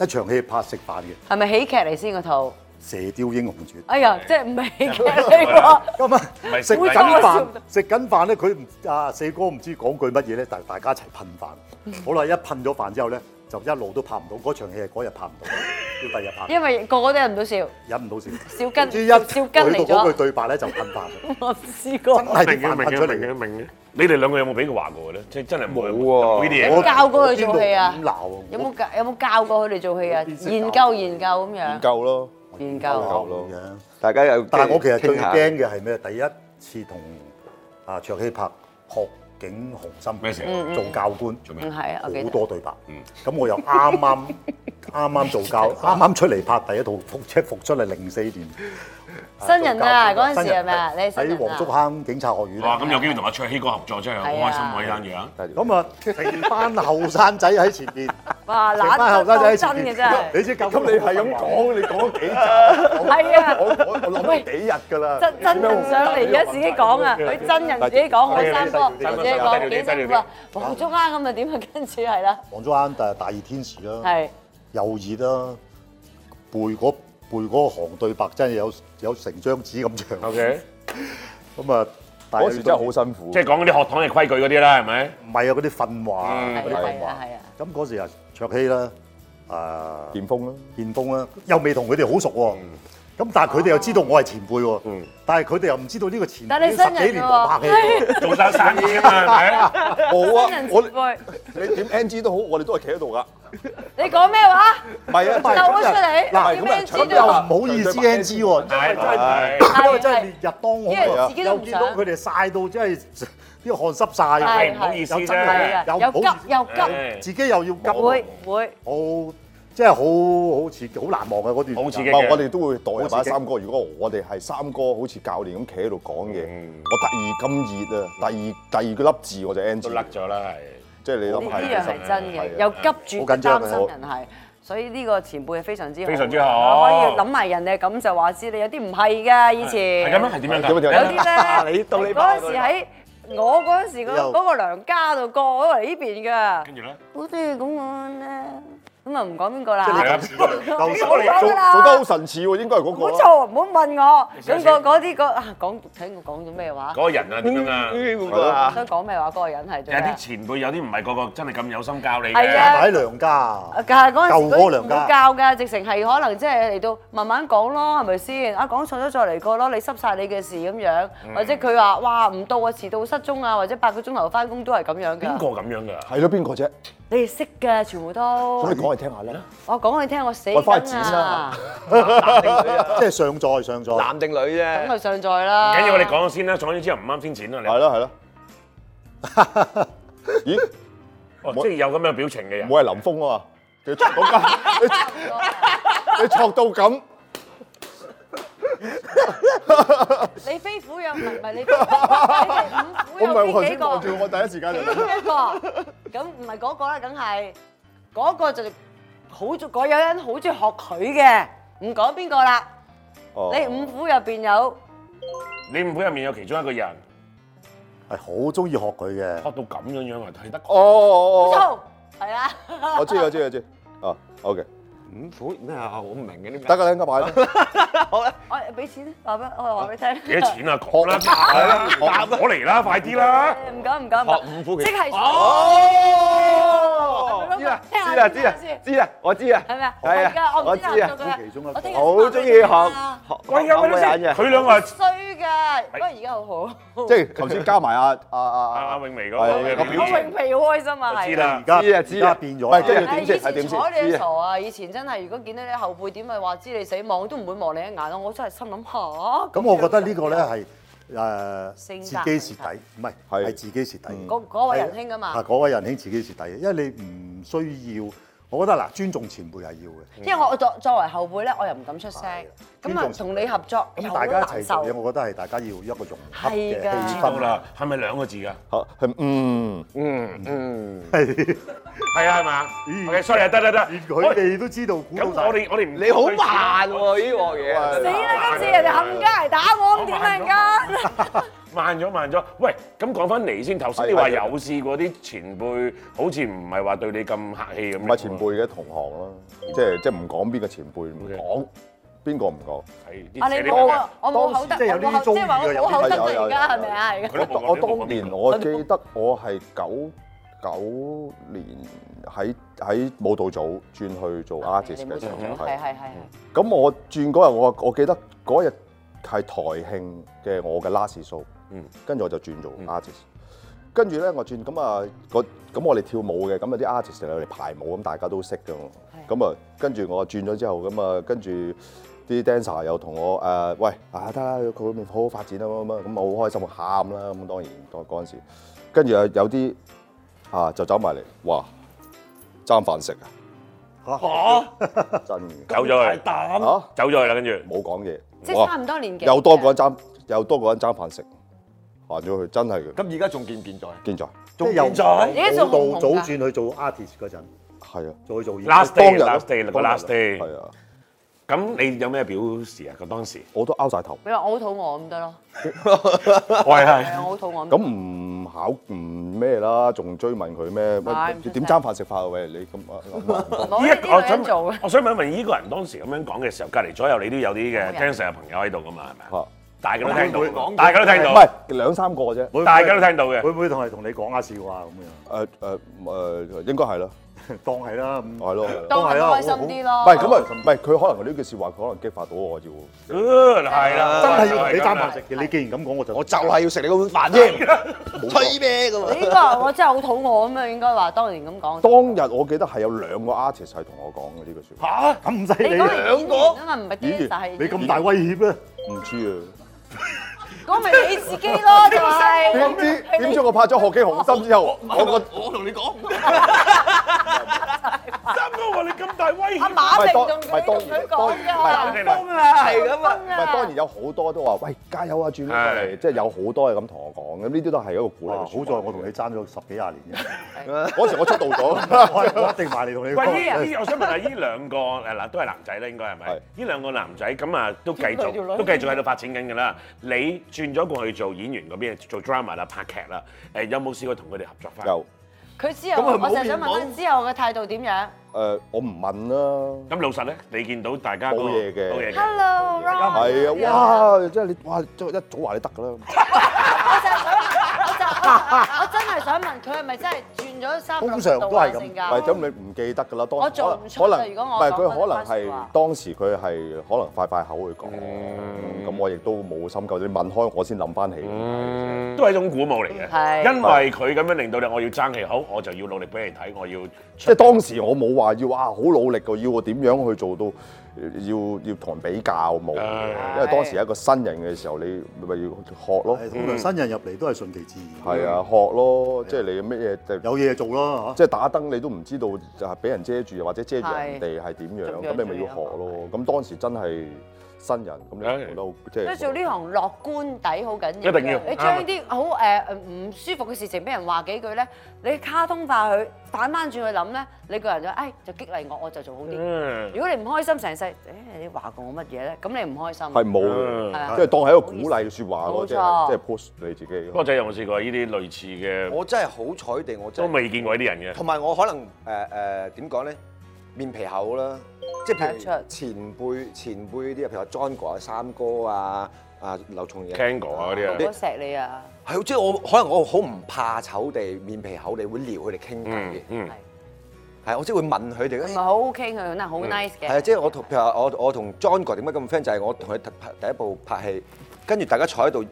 S4: 一場戲拍食飯嘅《
S3: 係咪喜劇嚟先個套？
S4: 射雕英雄傳
S3: 哎呀，即係唔係喜劇嚟喎！》
S4: 咁啊，
S2: 咪
S4: 食緊
S3: 好搞
S4: 飯
S3: 笑
S4: 食緊飯咧，佢唔啊四哥唔知講句乜嘢咧，但大家一齊噴飯。好啦，一噴咗飯之後咧，就一路都拍唔到，嗰場戲係嗰日拍唔到，要第二日拍，
S3: 因為個個都忍唔到笑，
S4: 忍唔到笑。
S3: 笑根
S4: 知一
S3: 笑
S4: 去到
S3: 根嚟
S4: 嗰句
S3: 咗，
S4: 對白咧就噴飯，
S3: 我唔試過。
S4: 係
S2: 明
S4: 啲
S2: 嘅，
S4: 飯
S2: 明
S4: 噴
S2: 嘅，
S4: 出
S2: 明嘅，
S4: 嚟。
S2: 明嘅。你哋兩個有冇俾佢話過咧？即係真係冇
S6: 冇喎
S2: 呢啲嘢
S3: 我。教過佢
S4: 邊度
S3: 做戲啊
S4: 咁鬧啊
S3: 有冇教有冇教過佢哋做戲啊？研究研究咁樣，
S5: 夠咯，
S3: 研
S4: 我
S3: 究
S4: 鬧咁樣
S6: 大家有
S4: 但係我其實最
S6: 傾下
S4: 驚嘅係咩？第一次同啊卓希拍學警雄心
S2: 咩事
S4: 做教官，
S2: 做
S3: 嗯係啊，我記
S4: 好
S3: 得。
S4: 多對白。咁我又啱啱 啱啱做教，啱啱出嚟拍第一套復即係復出嚟零四年。
S3: 新人啊
S4: 做教
S3: 嗰陣時係咪啊
S4: 新人
S3: 你係新人啊
S4: 喺黃竹坑警察學院
S2: 哇！
S4: 啊？
S2: 咁有機會同阿卓希哥合作，真係好開心喎！呢單嘢啊，
S4: 咁啊，成班後生仔喺 前邊，
S3: 哇！
S4: 成班後
S3: 懶
S4: 生
S3: 得
S4: 仔喺
S3: 真
S4: 前
S3: 嘅
S4: 邊
S3: 真係，
S4: 你知咁
S5: 咁你係咁講，你講咗幾集？
S3: 係啊
S5: 我我我諗咗幾日㗎啦。
S3: 真真人上嚟而家自己講啊，佢真人自己講，我三哥自己講幾辛苦啊，黃竹坑咁啊點啊，跟住係啦，
S4: 黃竹坑誒大熱天時啦。
S3: 係
S4: 又熱啦，背嗰背嗰行對白真係有有成張紙咁長。
S2: OK，
S4: 咁啊，但
S5: 嗰時真係好辛苦
S2: 即。係講嗰啲學堂嘅規矩嗰啲啦，係 咪？
S4: 唔係啊，嗰啲訓話，
S2: 嗯
S4: 嗰
S3: 係
S4: 啲
S3: 啊
S4: 訓
S3: 係啊係
S4: 話。
S3: 啊，
S4: 咁嗰時啊，卓希啦，啊
S5: 巔峰啦，
S4: 建峰啦，又未同佢哋好熟喎。
S2: 嗯
S4: 咁但係佢哋又知道我係前輩喎，但係佢哋又唔知道呢個前
S3: 但
S4: 輩
S3: 係你新人
S4: 十幾年冇拍戲喎，
S2: 做生生意啊嘛， 係咪？
S5: 冇
S3: 新人
S5: 啊！
S3: 前
S5: 我
S3: 輩，
S5: 你點 NG 都好，我哋都係企喺度㗎。
S3: 你講咩話？
S5: 唔係啊，
S3: 鬥咗出嚟，
S5: 嗱
S3: 啲
S5: 咁啊
S3: man
S5: 搶
S3: 知
S5: 咗
S4: 又
S3: 道
S5: 啦
S4: 唔好意思 NG 喎，
S2: 係係
S3: 係
S4: 因為真係烈日當空
S3: 因為
S4: 啊
S3: 自，己都
S4: 又
S3: 唔
S4: 見
S3: 想
S4: 到佢哋曬到真係啲汗濕晒啊。
S2: 係唔好意思
S4: 又真係
S2: 啫
S3: 係，啊，又急又急，
S2: 係
S4: 自己又要急，
S3: 會會
S4: 好即係好好似好難忘嘅啊嗰段時間，
S2: 好刺
S5: 唔
S2: 激
S5: 係，我
S2: 嘅。
S5: 哋都會代入
S4: 好刺
S5: 阿
S4: 激
S5: 三哥。如果我哋係三哥，好似教練咁企喺度講嘢，我第二咁熱啊，第二第二個粒字我就 NG
S2: 都。甩咗啦，係。
S5: 即係你諗
S3: 呢
S5: 係
S3: 呢樣係真
S5: 係
S3: 嘅，
S5: 啊
S3: 又急住
S4: 好緊張啊
S3: 擔心人係。所以呢個前輩係非常之好
S2: 非常之好
S3: 可以諗埋人哋咁就話知你有啲唔係㗎，以前
S2: 係咁樣係點樣㗎？
S5: 點
S3: 有
S5: 啊點 啊
S3: 啲咧，
S7: 你到你
S3: 嗰陣時啊喺我嗰陣時嗰
S4: 又
S3: 嗰個娘家度過咗嚟呢邊㗎，
S2: 跟住咧，
S3: 好似咁樣咧，咁啊唔講邊個啦
S2: 係啊
S3: 嚇，
S4: 夠
S3: 好
S4: 手
S3: 啦
S5: 做做得好神似喎，應該係嗰
S3: 唔好
S5: 個啦。
S3: 嘈，唔好問我。咁嗰嗰啲嗰啊講睇我講咗咩話？
S2: 嗰個人啊點樣啊？
S3: 想講咩話？嗰個人係做
S2: 有啲
S3: 咩？
S2: 前輩有啲唔係個個真係咁有心教你
S3: 係啊
S2: 嘅。
S4: 喺娘家，
S3: 但係嗰陣時
S4: 舊嗰個娘
S3: 唔
S4: 家
S3: 會教㗎，直情係可能即係嚟到慢慢講咯，係咪先？啊講錯咗再嚟過咯，你濕晒你嘅事咁樣，或者佢話哇唔到啊，遲到失蹤啊，或者八個鐘頭翻工都係咁樣
S2: 邊
S3: 㗎
S2: 個。咁樣㗎？
S5: 係咯，邊個啫？
S3: 你哋識㗎，全部都
S5: 咁。你講嚟聽下啦。
S3: 我講你聽，我死
S5: 我返去
S3: 梗
S5: 剪啦
S3: 啊！
S4: 即係上載上載，
S6: 男定女
S3: 咁
S6: 啫，
S3: 就上載啦。
S2: 唔緊要，我哋講咗先啦，講咗之後唔啱先剪啦。你
S5: 係咯係咯。咦？
S2: 哦即係有咁樣表情嘅人
S5: 唔。會係林峰啊嘛？你錯到 咁，你你錯到咁，
S3: 你飛虎有唔係唔係你飛虎？你哋
S5: 我唔係
S3: 五
S5: 我頭
S3: 虎有邊幾
S5: 先
S3: 個
S5: 望？住我第一 時間就諗。
S3: 邊一個？咁唔係嗰個啦，梗係嗰個就好中，嗰有人好中意學佢嘅，唔講邊個啦。
S5: 哦
S3: 你五虎入邊有
S2: 你唔會入面有其中一個人
S4: 係好中意學佢嘅。
S2: 學到咁樣樣啊，睇得
S5: 哦哦哦
S3: 蘇，係啦。
S5: 哦，我知我知我知。哦，OK，
S6: 五虎咩啊？我唔明嘅呢
S5: 得㗎啦，應該買啦。
S3: 我俾錢，話俾我話俾你聽。
S2: 幾多錢啊？講啦，係啦，答我嚟啦，快啲啦！
S3: 唔講唔講唔講，
S6: 學五虎
S3: 即
S6: 其
S3: 係
S6: 哦，知啦
S3: 聽下
S6: 知啦
S3: 先
S6: 知啦
S3: 聽下先
S6: 知啦，我知啊，
S3: 係咪啊？
S6: 係
S3: 係㗎，
S6: 啊，
S3: 我
S6: 我
S3: 唔
S6: 知
S3: 知啊，
S6: 啊，
S4: 其中一
S3: 我
S4: 個
S3: 我聽日
S6: 好啊中意學
S2: 喂，
S6: 學學
S2: 有
S6: 咁
S2: 咩
S6: 嘅人嘅，
S2: 佢兩個係
S3: 衰㗎，不過而家好好。
S5: 即係頭先加埋阿
S2: 阿
S5: 阿阿
S2: 阿
S5: 阿，
S2: 永薇嗰
S5: 係
S2: 個
S5: 個
S2: 表
S3: 我
S2: 情
S3: 永，皮好開心啊，係啊。
S2: 知啦
S4: 而。家
S6: 知啊
S4: 而
S6: 知啊
S4: 家變
S5: 喂跟
S4: 咗
S3: 係
S4: 啦，
S5: 住點
S3: 以前
S5: 先係點先
S3: 睬你
S5: 知
S3: 都傻
S5: 啊
S3: 啊！以前真係，如果見到你後輩點，咪話知你死望都唔會望你一眼咯。我真係心諗吓。
S4: 咁
S3: 咁
S4: 我覺得呢個咧
S3: 樣
S4: 係誒
S3: 性格
S4: 自己蝕底，唔係
S5: 係
S4: 係自己蝕底。
S3: 嗰嗰位仁兄㗎
S4: 係
S3: 啊嘛，
S4: 嗰位仁兄自己蝕底，因為你唔需要。我覺得嗱，尊重前輩係要嘅。
S3: 因為我作作為後輩咧，我又唔敢出聲
S4: 係，
S3: 咁啊
S4: 尊重
S3: 同你合作又
S4: 咁
S3: 好
S4: 大家一
S3: 難
S4: 齊做嘢，
S3: 受。
S4: 我覺得係大家要一個融洽嘅
S3: 係㗎
S4: 氣
S2: 知道
S4: 氛啦。
S2: 啦，係咪兩個字㗎？
S5: 係嗯，
S2: 係啊，係嘛？OK，sorry 啊，得得得，
S4: 連佢哋都知道估
S2: 咁
S4: 到晒
S2: 我。哋我哋唔
S6: 你好慢喎呢鑊
S3: 死
S6: 嘢，
S3: 啦！今次人哋冚家嚟打我，咁點啊？ 而家
S2: 慢咗慢咗。喂，咁講翻你先，頭先你話有試過啲前輩，好似唔係話對你咁客氣咁。
S5: 唔係前輩嘅同行啦，即係即係唔講邊個前輩，唔
S2: OK
S5: 講邊個唔講。
S2: 係，啲
S3: 啊你
S2: 寫啲
S3: 冇啊，我冇口德，
S4: 當時即係有
S3: 我
S4: 呢
S3: 冇口
S4: 啲遭
S3: 即
S4: 遇
S3: 係話
S4: 嘅有
S3: 我
S4: 啲
S3: 冇口德
S5: 有有
S3: 㗎，而
S5: 有
S3: 家係咪啊？係㗎
S2: 佢都冇
S5: 我當年我記得我係九九年喺喺舞蹈組轉去做
S3: 啊
S5: artist 嘅時候，
S3: 係係係。
S5: 咁我轉嗰日，我我記得嗰日係台慶嘅我嘅 last show，
S2: 嗯
S5: 跟住我就轉做 artist。跟住咧，我轉咁啊，個咁我哋跳舞嘅，咁啊有啲 artist 嚟嚟排舞，咁大家都識嘅喎。咁啊，跟住我轉咗之後，咁啊，跟住啲 dancer 又同我誒、喂啊得啦，佢裏面好好發展啦咁啊咁，咁我好開心，我喊啦咁啊當然當嗰陣時，跟住有有啲啊就走埋嚟，哇爭飯食啊！嚇 真嘅
S2: 走咗佢，
S5: 嚇！
S2: 走咗佢啦，跟住
S5: 冇講嘢，
S3: 即係
S5: 哇
S3: 差唔多年紀。
S5: 又多個人爭，又多個人爭飯食，行咗去，真係嘅，
S6: 咁而家仲健唔健在？
S5: 健在，
S4: 即係由
S3: 你都仲
S4: 舞
S3: 紅㗎
S4: 蹈早轉去做 artist 嗰陣，
S5: 係啊，
S4: 再去做演
S2: last
S5: 當日
S2: day，last day 啦，個 last
S5: 係
S2: day。
S5: 啊，
S2: 咁你有咩表示啊？咁當時，
S5: 我都拗晒頭，
S3: 你話我好肚餓咁得咯，
S2: 我係
S3: 係啊，我好肚餓。
S5: 咁唔考唔咩啦，仲追問佢咩？
S3: 係唔
S5: 喂，
S3: 出聲
S5: 點爭飯食法啊？喂，你咁啊 咁啊
S3: 攞
S2: 依
S3: 呢
S2: 一
S3: 啲女人做嘅，
S2: 我想問一問依個人當時咁樣講嘅時候，隔離左右你都有啲嘅
S3: 冇人
S2: dancer 嘅朋友喺度噶嘛，係咪啊？
S5: 嚇，
S2: 大家都聽
S6: 會唔會
S2: 到，
S6: 講
S2: 大家都聽
S5: 唔
S2: 到
S5: 係，兩三個啫，
S4: 會唔會
S2: 大家都聽到 嘅
S4: 會唔會同係同你講下笑啊咁
S5: 誒誒誒，應該係啦，
S4: 樣？ 當係啦，咁
S5: 係咯，係咯
S3: 當係
S4: 好
S3: 開心啲咯。
S5: 唔係咁啊，唔係佢可能佢呢句説話，佢可能激發到我要，
S2: Good，係啦，
S4: 真係要同你
S2: 咁
S4: 爭
S2: 啦
S4: 飯食嘅。你既然咁講，我就
S6: 我就係要食你嗰碗飯啫，吹咩咁啊？
S3: 呢個我真係好肚餓咁啊，應該話當年咁講。
S5: 當日我記得係有兩個 artist 係同我講嘅呢句説話，
S4: 嚇咁犀
S3: 你
S4: 利
S3: 講係
S4: 啊！
S3: 演員啊嘛，唔係啲但
S4: 你
S3: 係
S4: 咁大威脅啊！
S5: 唔知啊。
S3: 嗰咪你自己咯，就係
S5: 點知點 知我拍咗《學記
S3: 哦
S5: 雄心》之後，我個
S2: 三哥話你咁大威
S3: 阿
S2: 脅，
S3: 馬明
S5: 唔
S3: 仲
S5: 係當
S3: 同
S5: 然
S3: 佢講
S5: 當然
S3: 㗎，
S2: 係
S3: 係咁啊，
S5: 唔係當然有好多都話：喂，加油啊，轉過嚟！
S2: 係
S5: 即係有好多嘢咁同我講，咁呢啲都係一個鼓勵
S4: 哇！
S5: 嘅
S4: 啊好
S5: 説
S4: 在
S5: 話。
S4: 我同你爭咗十幾廿 年嘅，
S5: 嗰時我出道
S4: 我
S5: 咗，
S4: 我一定埋嚟同
S2: 喂，
S4: 你講。
S2: 依依，我想問下依兩個誒嗱，都係男仔啦，應該係咪
S5: 係？
S2: 依兩個男仔咁啊，都繼
S3: 條女
S2: 續都繼續喺度發展緊㗎啦。你轉咗過去做演員嗰邊，做 drama 啦、拍劇啦，誒有冇試過同佢哋合作翻？
S5: 又
S3: 佢之
S5: 啊
S3: 後我就係想問翻之後嘅態度點 樣
S5: 誒，我唔問啦。
S2: 咁老實咧，你見到大家嗰個
S5: 冇嘢嘅
S2: 冇嘢嘅，
S3: ？Hello，
S5: 係啊，哇！即係你哇，即係一早話你得㗎啦。
S3: 我就係想問，我就我真係想問佢係咪真係轉咗三
S4: 通
S3: 六
S4: 常
S3: 度
S4: 都
S3: 啊
S4: 係咁
S3: 性
S5: 唔
S3: 格？
S5: 係咁，你唔記得㗎啦。當
S3: 我做唔出
S5: 可
S3: 啦
S5: 能
S3: 如果
S5: 唔
S3: 我
S5: 係
S3: 講
S5: 佢
S3: 得
S5: 可
S3: 翻
S5: 能
S3: 説話
S5: 係當時佢係可能快快口去講，咁我亦都冇深究。你問開我先諗翻起。
S2: 都係一種鼓舞嚟
S6: 嗯
S2: 嘅，
S3: 係
S2: 因為佢咁樣令到你，我要爭氣好，我就要努力俾你睇，我要
S5: 即係當時我冇話要啊好努力㗎，要我點樣去做到，呃要要同人比較冇，
S2: 唉
S5: 因為當時係一個新人嘅時候，你咪要學咯，
S4: 係通常新人入嚟都係順其自然。
S5: 係啊學咯，即係你乜嘢就
S4: 有嘢做咯嚇。
S5: 即係打燈你都唔知道就係俾人遮住，或者遮住人哋係點樣，
S3: 仲
S5: 咁
S3: 要
S5: 你咪要學咯。咁當時真係新人，咁你做到
S3: 即
S5: 即
S3: 係做
S5: 係
S3: 呢行樂觀底好緊要㗎，
S2: 一定要
S3: 你將啲好誒唔舒服嘅事情俾人話幾句咧，你卡通化佢，反翻轉去諗咧，你個人就誒就激勵我，我就做好啲。
S2: 嗯
S3: 如果你唔開心成世，誒你話過我乜嘢咧？咁你唔開心。
S5: 係冇
S2: 嗯
S5: 嘅，
S3: 係啊
S5: 即係當係一個鼓勵嘅説話咯，
S3: 冇錯
S5: 即係即係 push 你自己。
S2: 哥仔有冇試過呢啲類似嘅？
S6: 我真係好彩地，我真
S2: 都
S6: 係
S2: 未見過呢啲人嘅。
S6: 同埋我可能誒誒點講咧，面皮厚啦，即係譬如
S3: 睇得出
S6: 前輩前輩啲，譬如話 John 哥啊、三哥啊、啊劉松仁、
S2: Ken 哥啊嗰啲啊
S3: 好多錫你啊！
S6: 係即係我可能我好唔怕醜地面皮厚地會撩佢哋傾偈嘅
S2: 嗯，嗯，
S6: 係我即係會問佢
S3: 唔
S6: 哋
S3: 係
S6: 誒。
S3: 好 OK 佢，嗱好 nice 嘅。
S6: 係啊，即係我同譬如話我我同 John 哥點解咁 friend 就係我同佢拍第一部拍戲，跟住大家坐喺度誒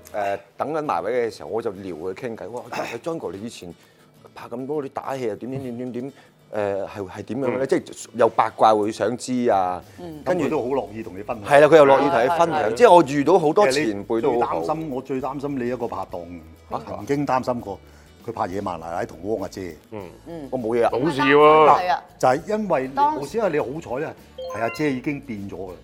S6: 等緊埋位嘅時候，我就撩佢 傾偈。哇，John 哥你以前拍咁多啲打戲啊，點點點點點誒係係點樣咧？即係有八卦會想知啊，
S4: 跟
S6: 跟
S4: 住
S6: 住
S4: 都好樂意同你分享。
S6: 係啦，佢又樂意同你分
S3: 係係
S6: 享。即係我遇到好多
S4: 其實你
S6: 前輩都好好
S4: 最擔。心，我最擔心你一個拍檔，曾經擔心過佢拍野蠻奶奶同汪阿姐，
S6: 我冇嘢啊，
S2: 好事喎。
S3: 係啊，
S4: 就係因為
S3: 當時
S4: 我只係你好彩咧，係阿姐已經變咗啦。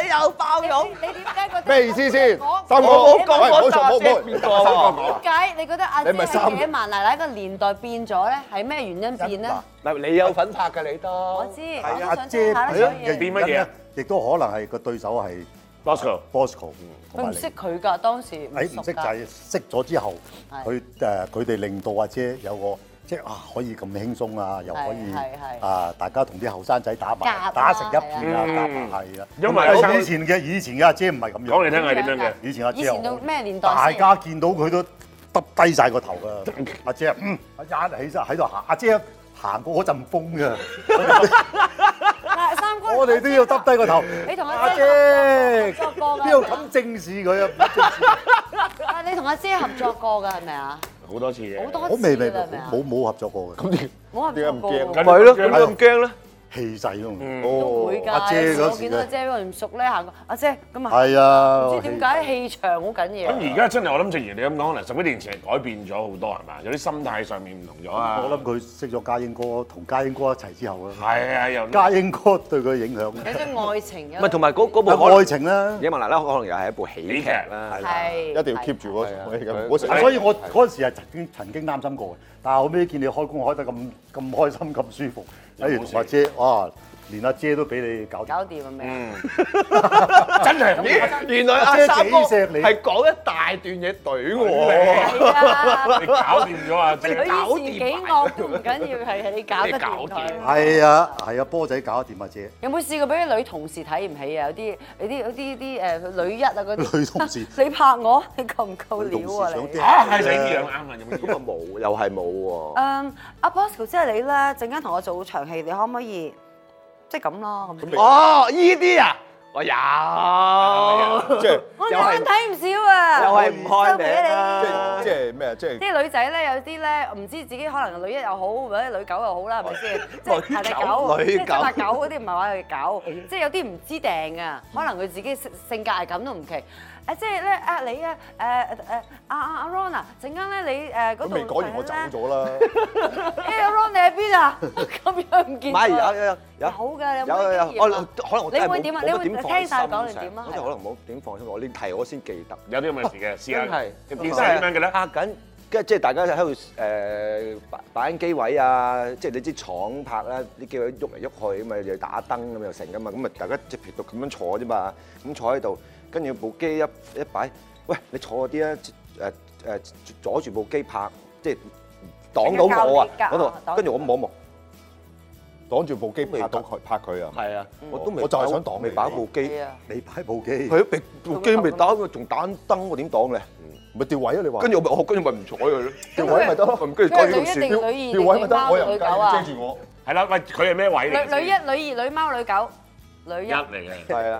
S6: 你又爆
S3: 你你點解覺得
S5: 咩意思先？
S3: 我
S5: 三個，
S3: 我
S5: 喂冇錯冇錯，三個講
S3: 點解你覺得阿姐
S5: 你咪三
S3: 喺野蠻奶奶個年代變咗咧？係咩原因變咧？
S6: 你有份拍㗎你
S3: 我
S6: 都
S3: 知，。
S4: 係
S3: 我
S4: 阿
S3: 想
S4: 姐
S3: 聽下啦，
S4: 係
S3: 所
S4: 啊
S2: 嘅
S3: 以
S2: 變乜嘢
S4: 原因亦都可能係個對手係
S2: Bosco，
S4: Bosco 同
S3: 佢
S4: 埋
S3: 唔
S4: 你
S3: 識。佢㗎，當時唔
S4: 誒唔
S3: 熟
S4: 識就
S3: 㗎。
S4: 係識咗之後，
S3: 係
S4: 佢誒佢哋令到阿姐有個即係啊可以咁輕鬆啊，又可
S3: 係
S4: 以
S3: 係係
S4: 啊大家同啲後生仔打
S3: 夾啊
S4: 埋打成一片啊，
S2: 係啊
S4: 夾埋係啊。
S2: 因為
S4: 以前嘅以前嘅阿姐唔係咁樣，
S2: 講嚟聽下係點樣
S3: 點樣㗎
S2: 嘅？
S4: 以前阿姐
S3: 以前到咩年代先
S4: 大家見到佢都。耷低晒個頭㗎。阿姐，嗯，一起身喺度行，阿姐行過嗰陣風㗎，
S3: 嗱，三哥，
S4: 我哋都要耷低個頭。
S3: 你同阿
S4: 阿
S3: 姐
S4: 姐
S3: 合作過㗎
S4: 邊度咁正視佢啊？
S3: 啊，你同阿姐合作過㗎係咪啊？
S2: 好多次嘅，
S6: 哦
S3: 好多
S4: 我未
S3: 次
S4: 未
S3: 㗎啦係咪啊？
S4: 冇冇合作過嘅，咁
S3: 冇合作過
S2: 咁
S3: 喎。
S2: 咪咯，
S6: 點解咁驚咧？
S4: 氣勢咯。
S3: 都會㗎，
S4: 阿
S3: 有
S4: 姐
S3: 時我
S4: 嗰時
S3: 見到阿
S4: 嘅
S3: 姐嗰唔熟咧，行過阿姐咁啊，
S4: 係啊，
S3: 唔知點解氣場好緊要。
S2: 咁而家真係我諗，正如你咁講，可能十幾年前係改變咗好多係嘛？有啲心態上面唔同咗啊。
S4: 我諗佢識咗家英哥，同家英哥一齊之 後啊，
S2: 係啊，又
S4: 家英哥對佢影響
S3: 有啲愛情有
S6: 唔係同埋嗰嗰部可
S4: 有
S6: 能
S4: 愛情啦。
S6: 野蠻奶奶可能又係一部喜
S2: 喜劇
S6: 劇啦，
S3: 係
S5: 一定要 keep 住嗰種嘢咁，唔好成
S4: 所以我嗰陣時係曾經曾經擔心過嘅，但係後尾見你開工開得咁咁開心咁舒服，例如同阿姐，哇，連阿姐都俾你搞掂。
S3: 搞掂啊咩？
S2: 真係咁。
S6: 原來
S4: 阿三哥係
S6: 講一大段嘢懟
S2: 我
S3: 係啊，
S2: 你搞掂咗啊！
S3: 佢以前
S6: 啊
S3: 幾惡都唔緊要，係你搞得掂佢。
S4: 係啊，係啊，波仔搞得掂阿姐，
S3: 有冇試過俾啲女同事睇唔起啊？有啲有啲有啲啲誒女一啊嗰啲。
S4: 女 同事
S3: 你拍我， 你夠唔夠
S4: 女同
S3: 料
S4: 事想
S3: 啊你
S4: 聽？
S2: 啊，係你呢樣啱啊！有冇
S6: 咁啊冇，又係冇喎。
S3: 誒，阿 Bosco，即係你咧，陣間同我做場戲，你可唔可以即係咁咯？咁
S6: 哦，依啲啊，我有，
S5: 即係
S3: 我哋眼睇唔少啊！
S6: 又係唔開
S3: 收皮
S6: 名
S3: 啊
S5: 即
S3: 你
S5: 係即係咩？即係
S3: 啲女仔咧，有啲咧唔知自己可能女一又好，或者女狗又好啦，係咪先？即係排第九，
S6: 女
S3: 即係
S6: 狗
S3: 排狗嗰啲唔係話佢係狗，即係有啲唔知定啊，可能佢自己性性格係咁都唔奇。誒，即係咧啊你啊誒誒阿阿阿 Ron 啊，陣間咧你誒嗰
S5: 咁
S3: 度
S5: 未講完我走
S3: 咧。
S5: 咗啦。
S3: 誒阿 Ron à? 你喺邊啊？咁樣唔見
S6: 唔
S3: 咗
S6: 係有有有
S3: 有㗎，你有
S6: 有有有，
S3: 冇
S6: 我
S3: 啲經驗啊
S6: 可能我
S3: 你
S6: 真係
S3: 會
S6: 冇
S3: 點啊？
S6: 冇
S3: 你
S6: 乜
S3: 會
S6: 點放
S3: 聽
S6: 喺
S3: 晒
S6: 心
S3: 講你點
S6: 上
S3: 啊？
S6: 我
S3: 係
S6: 就
S3: 啊
S6: 可能冇點放喺心，我呢題我先記得。
S2: 有啲咁嘅事嘅，試
S6: 真
S2: 下
S6: 係
S2: 你變晒點樣嘅咧？
S6: 壓緊，跟住即係大家喺度誒擺擺緊機位啊，即係你知廠拍啦，啲機位喐嚟喐去咁啊，又打燈咁又成噶嘛，咁啊大家即係皮度咁樣坐啫嘛，咁坐喺度，跟住部機一一擺，喂你坐啲啊誒誒阻住部機拍，即係擋到我啊
S3: 係啊，教
S6: 嗰
S3: 你㗎
S6: 度，跟住我望一望，
S5: 擋住部機拍到佢，拍佢啊！
S6: 係啊，我都未，
S5: 我就係想擋你
S6: 未擺部機，
S3: 係
S6: 係
S3: 啊
S4: 你擺部機，
S6: 啊，被部機未打，仲打緊燈，我點擋咧？
S5: 咪調位啊！你話
S6: 跟住我咪我跟住咪唔睬佢咯，
S5: 調位咪得咯，
S6: 跟住
S3: 跟
S6: 講
S3: 住
S6: 條
S3: 一
S6: 線
S3: 定。女二，
S5: 調位咪得，我又唔
S3: 女
S5: 介
S3: 狗
S5: 意
S3: 啊
S5: 你遮，住我。
S2: 係啦，喂，佢係咩位嚟
S3: 女
S2: 嘅？
S3: 女一、女二、女貓、女狗，女一
S2: 一嚟嘅。
S6: 係啊，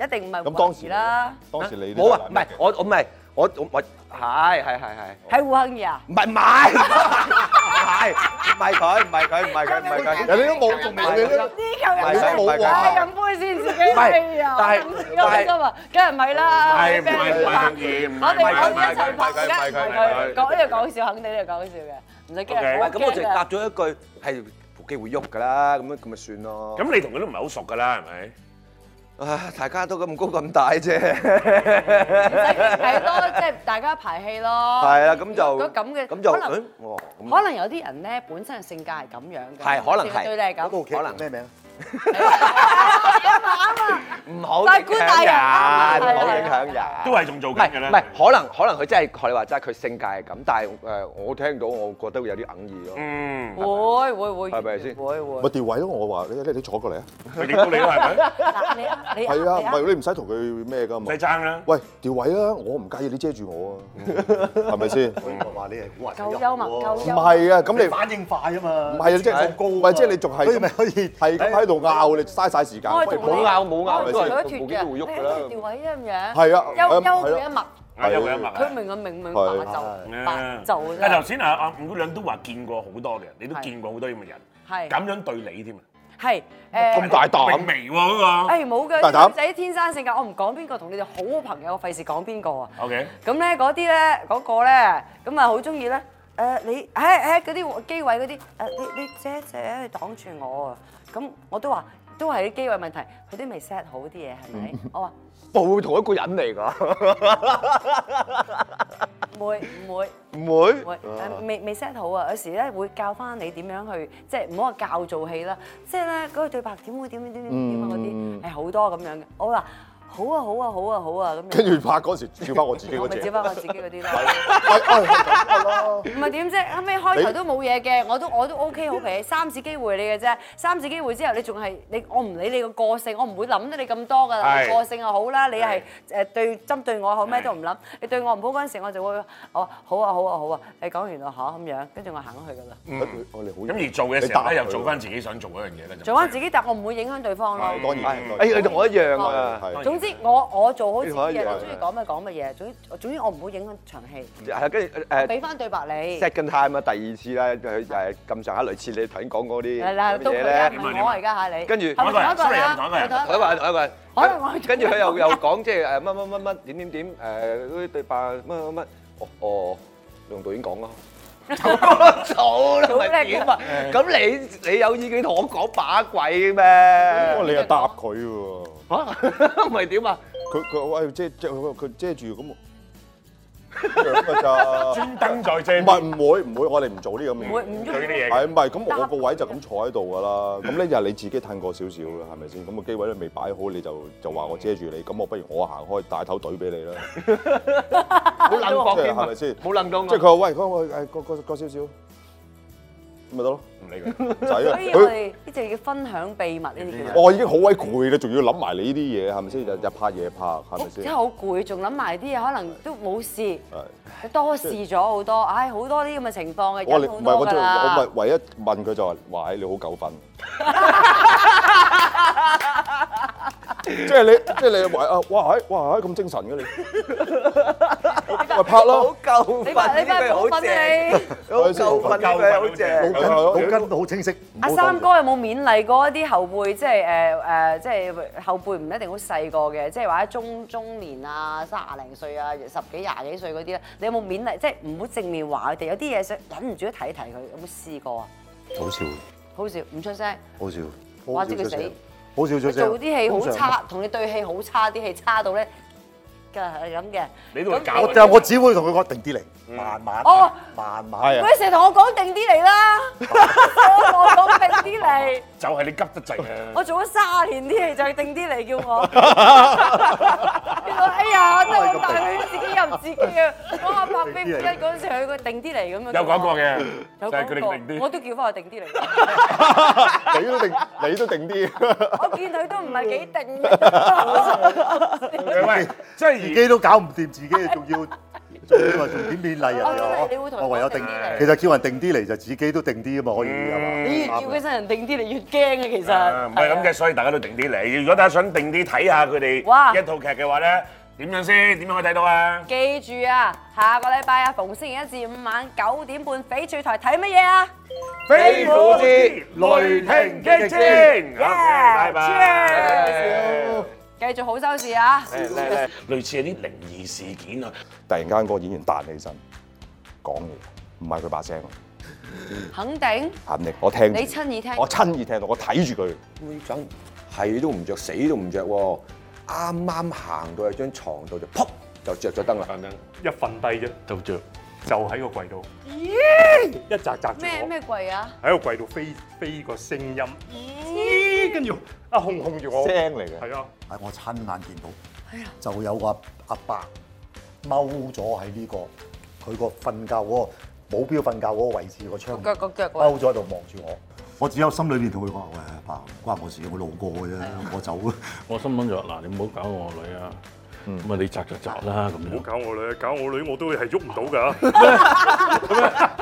S3: 一定唔係
S5: 咁
S3: 黃
S5: 當
S3: 兒
S5: 時
S3: 啦，
S5: 當時你
S6: 冇啊，唔係我我唔係我我我係係係係，
S3: 係胡杏兒啊，
S6: 唔係唔 係唔係佢唔係佢唔係佢唔係佢，
S5: 人哋都冇，仲
S6: 係
S5: 未你都
S6: 係
S3: 呢嚿
S6: 唔係
S3: 人真
S6: 佢唔係
S3: 係
S6: 佢
S3: 唉飲杯先自己飛啊，
S6: 但係
S3: 我諗住我心啊，梗係唔係啦，
S2: 係唔
S3: 俾人
S2: 係唔
S3: 拍
S2: 係佢唔係唔係
S3: 我哋我
S2: 唔
S3: 哋
S2: 係
S3: 一齊拍，
S2: 唔係佢
S3: 梗係唔
S2: 唔
S3: 係
S2: 係佢
S3: 佢，講呢個講笑，肯定呢個講笑嘅，唔使驚，
S2: OK
S3: 好
S6: 喂咁我就
S3: 驚
S6: 答
S3: 㗎。
S6: 咗一句係部機會喐㗎啦，咁樣咁咪算咯。
S2: 咁你同佢都唔係好熟㗎啦，係咪？
S6: 啊，大家都咁高咁大啫，
S3: 睇多即係大家排戲咯。
S6: 係啦，咁就
S3: 如果咁嘅，
S6: 咁就
S3: 可能
S6: 誒哇咁
S3: 可能有啲人咧本身嘅性格係咁樣嘅，
S6: 係可能係
S3: 對你係咁。
S4: 可能咩名？
S6: 唔好
S3: 大
S6: 影
S3: 官大
S6: 響
S3: 人
S6: 人，唔好
S3: 係
S6: 影響人
S2: 都。係仲做
S6: 唔
S2: 緊
S6: 係
S2: 嘅
S6: 唔
S2: 咧。
S6: 係，可能可能佢真係學你話齋，佢性格係咁，但係誒我聽到我覺得會有啲哽耳咯。
S2: Ừ. 嗯，
S3: 會會會，
S6: 係咪先
S3: 會會
S5: 咪。調位咯！我話你你你坐過嚟啊！
S2: 佢影到你啦，係咪？
S3: 嗱，你啊你
S5: 係啊，唔
S3: 你
S5: 係你唔使同佢咩㗎
S2: 唔
S5: 嘛
S2: 使。爭啦。
S5: 喂，調位啊！我唔介意你遮住 我啊，係咪先？唔
S4: 我話你係古惑仔
S3: 夠幽默
S4: 喎
S3: 夠幽默
S5: 係啊，咁你
S4: 反應快啊嘛，
S5: 唔係啊，即係
S4: 放高啊嘛，
S5: 喂，即係你仲係
S4: 所以咪可以
S5: 係咁喺度拗，你嘥晒時間。
S3: 我係
S5: 喂
S3: 同你
S6: 冇拗冇拗
S3: 我
S5: 咪
S3: 同
S5: 先
S3: 佢一脱嘅，
S6: 部機會喐㗎啦
S3: 你調位一樣樣，
S5: 係啊
S3: 幽
S5: 係啊
S3: 幽佢一默，
S2: 啊，有嘅有嘅
S3: 佢明啊明明白
S5: 係
S3: 就白
S2: 啊
S3: 就啫。
S2: 但頭先啊啊五姑娘都話見過好多嘅人，你都
S3: 係
S2: 見過好多咁嘅人，
S3: 係
S2: 咁樣對你添啊，
S3: 係誒
S5: 咁。大
S2: 明
S5: 膽，
S2: 微喎嗰個。
S3: 誒冇嘅，
S5: 大膽
S3: 啲女仔天生性格，我唔講邊個，同你哋好好朋友，我費事講邊個啊。
S2: OK，
S3: 咁咧嗰啲咧嗰個咧，咁啊好中意咧誒你誒誒嗰啲機位嗰啲呃誒你你姐姐擋住我啊！咁我都話都係啲機位問題，佢都未 set 好啲嘢係
S6: 嗯
S3: 咪？我話
S6: 部同一個人嚟㗎，
S3: 唔會唔會
S6: 唔會啊
S3: 唔會誒未未 set 好啊！有時咧會教翻你點樣去，即係唔好話
S6: 嗯
S3: 教做戲啦，即係咧嗰個對白點會點點點點啊嗰啲係好多咁樣嘅。我話好啊好啊好啊好啊咁樣。
S5: 跟住拍嗰時照翻我 自己
S3: 我
S5: 嗰
S3: 咪
S5: 隻
S3: 接。翻我自己嗰啲咯。唔係點啫？後尾開頭都冇嘢嘅，我都我都 OK 好脾氣，三次機會你嘅啫。三次機會之後，你仲係你我唔理你個個性，我唔會諗得你咁多噶啦。
S2: 係
S3: 個性又好啦，你係誒對針對我好咩都唔諗，你對我唔好嗰陣時，我就會我話好啊好啊好啊，你講完啦嚇咁樣，跟住我行咗去噶啦。
S5: 我哋好
S2: 咁而做嘅時
S5: 你答
S2: 候
S5: 佢
S2: 咧，又做翻自己想做嗰樣嘢咧，就
S3: 做翻自己，但我唔會影響對方咯。
S5: 當然，當然
S6: 誒，你同我一樣啊，
S5: 係
S3: 總之我我做好自己嘅，
S6: 你可
S3: 你
S6: 以
S3: 中意講乜講乜嘢，總之總之我唔會影響場戲，
S6: 係啊，跟住誒
S3: 俾翻對白你。
S6: second time 啊，第二次啦，佢誒咁上下類似你頭先講嗰啲
S3: 係啦，
S6: 咁嘅
S3: 都
S6: 嘢
S3: 佢啦，
S6: 咧
S3: 唔。係我而家嚇你。
S6: 跟住
S3: 係咪同一個人啊
S2: 同一個人
S6: 我話我話
S3: 可能我，
S6: 跟住佢又又講即係誒乜乜乜乜點點點誒嗰啲對白乜乜乜，哦哦，你同導演講咯。早啦，咪點啊？咁你你有意見同我講把鬼咩？
S5: 不過你又答佢喎，
S6: 嚇，咪點啊？
S5: 佢佢喂遮遮佢佢遮住咁，咁㗎咋？
S2: 專登在遮
S5: 唔係唔會唔會，我哋唔做呢咁嘅
S3: 唔會唔
S5: 嘢。
S3: 中
S2: 佢呢
S3: 意。
S2: 啲嘢。
S5: 係唔係？咁我個位就咁坐喺度㗎啦。咁呢就係你自己褪過少少啦，係咪先？咁個機位都未擺好，你就就話我遮住你，咁我不如我行開，大頭懟俾 你啦。
S6: 冇冷
S5: 即
S6: 講
S5: 係
S6: 添
S5: 係
S6: 啊
S5: 咪！先？
S6: 冇冷到我。
S5: 即係佢話喂，佢話誒過過過少少，咁咪得咯，唔理佢仔啊
S3: 所以我
S5: 佢。
S3: 哋呢就叫分享秘密呢啲叫做。
S5: 我已經好鬼攰啦，仲要諗埋你呢啲嘢，係咪先？日日拍夜拍，係咪
S3: 真係
S5: 先？
S3: 好攰，仲諗埋啲嘢，可能都冇事，
S5: 係
S3: 多事咗好多，唉，好多啲咁嘅情況嘅，
S5: 我
S3: 忍
S5: 哋
S3: 好
S5: 唔係我
S3: 多
S5: 即
S3: 㗎
S5: 係我
S3: 啦。
S5: 咪唯一問佢就話：，喂，你好 九分。即係你，即係你話啊！哇，係哇，係咁精 神嘅你，咪拍咯
S6: 好，夠
S3: 你
S6: 分，
S3: 話你
S6: 呢
S3: 咩
S6: 句好
S3: 冇
S6: 正
S3: 分，啊你？
S6: 好夠分，呢句好正。
S5: 係咯
S4: 腦筋好清晰，
S3: 阿三哥有冇勉勵過一啲後輩，即係誒誒，即係呃後輩唔一定好細個嘅，即係或者中中年啊、三廿零歲啊、十幾廿幾歲嗰啲咧，你有冇勉勵？即係唔好正面話佢哋，有啲嘢想忍唔住都提一提佢，有冇試過啊？
S8: 好笑，
S3: 好笑，唔出聲，
S8: 好笑，
S3: 話知佢死。
S4: 好少少
S3: 佢
S4: 少。
S3: 做啲戲好差，同你對戲好差，啲戲差到咧，梗係咁嘅。
S2: 你都會教
S3: 咁
S2: 我
S4: 我就我只會同佢講定啲嚟，慢慢
S3: 哦
S4: 慢慢
S5: 係啊，
S3: 喂，成日同我講定啲嚟 啦，成日同我講定啲嚟。
S2: 就係你急得滯啊！
S3: 我做咗卅年啲戲就係定啲嚟叫 我，原來哎呀，真係好大佢自己又唔自己啊！我阿伯飛唔一嗰陣時，佢個定啲嚟咁樣。
S2: 有講過嘅，就
S3: 有
S2: 係佢哋
S3: 講
S2: 定
S3: 過，我
S2: 啲。
S3: 都叫翻佢定 啲嚟。
S5: 你都定，你都定啲。
S3: 我見佢都唔係幾定，
S2: 喂，即係
S4: 自
S2: 而
S4: 己都搞唔掂，自己仲 要仲要話仲點勉勵人
S3: 我真係你會
S4: 哋
S3: 同佢
S4: 啊？我唯有定
S3: 講定啲嚟，嗯
S4: 其實叫人定啲嚟就自己都定啲啊嘛，可以
S3: 你越
S4: 係嘛
S3: 叫？佢真人定啲嚟越驚嘅其
S2: 啊
S3: 實。
S2: 唔係咁嘅，所以大家都定啲嚟。如果大家想定啲睇下佢
S3: 哇
S2: 哋一套劇嘅話咧，點樣先？點樣可以睇到啊？
S3: 記住啊，下個禮拜啊，逢星期一至五晚九點半，翡翠台睇乜嘢啊？
S2: 飛
S6: 虎之
S2: 雷霆擊戰，好拜拜。
S3: 繼續好收視啊！
S2: 類似係啲靈異事件啊，
S5: 突然間個演員彈起身講嘢，唔係佢把聲，
S3: 肯定
S5: 肯定我聽住。
S3: 你親耳聽
S5: 我親耳聽到，我睇住佢。
S6: 妹仔係都唔着，死都唔着喎。啱啱行到去張床度就噗就着咗燈啦。
S9: 一瞓低啫，就着，就喺個櫃度，一擲擲住
S3: 咩
S9: 我，
S3: 咩櫃啊？
S9: 喺個櫃度飛飛個聲音，咦跟住啊控控住我，
S5: 聲嚟嘅
S9: 係啊，
S4: 係我親眼見
S3: 哎
S4: 到，就有個阿阿伯踎咗喺呢個佢個瞓覺嗰個保鏢瞓覺嗰個位置個窗
S3: 腳個腳位
S4: 踎咗喺度望住我。我只有心裏邊同佢講：喂，阿伯，唔關我事，我路過嘅啫，
S3: 啊
S4: 我走啊啦。
S10: 我心諗就話嗱，你唔好搞我女啊，咁啊你擲就擲啦咁
S9: 唔好
S10: 樣。
S9: 搞我女，搞我女我都係喐唔到㗎。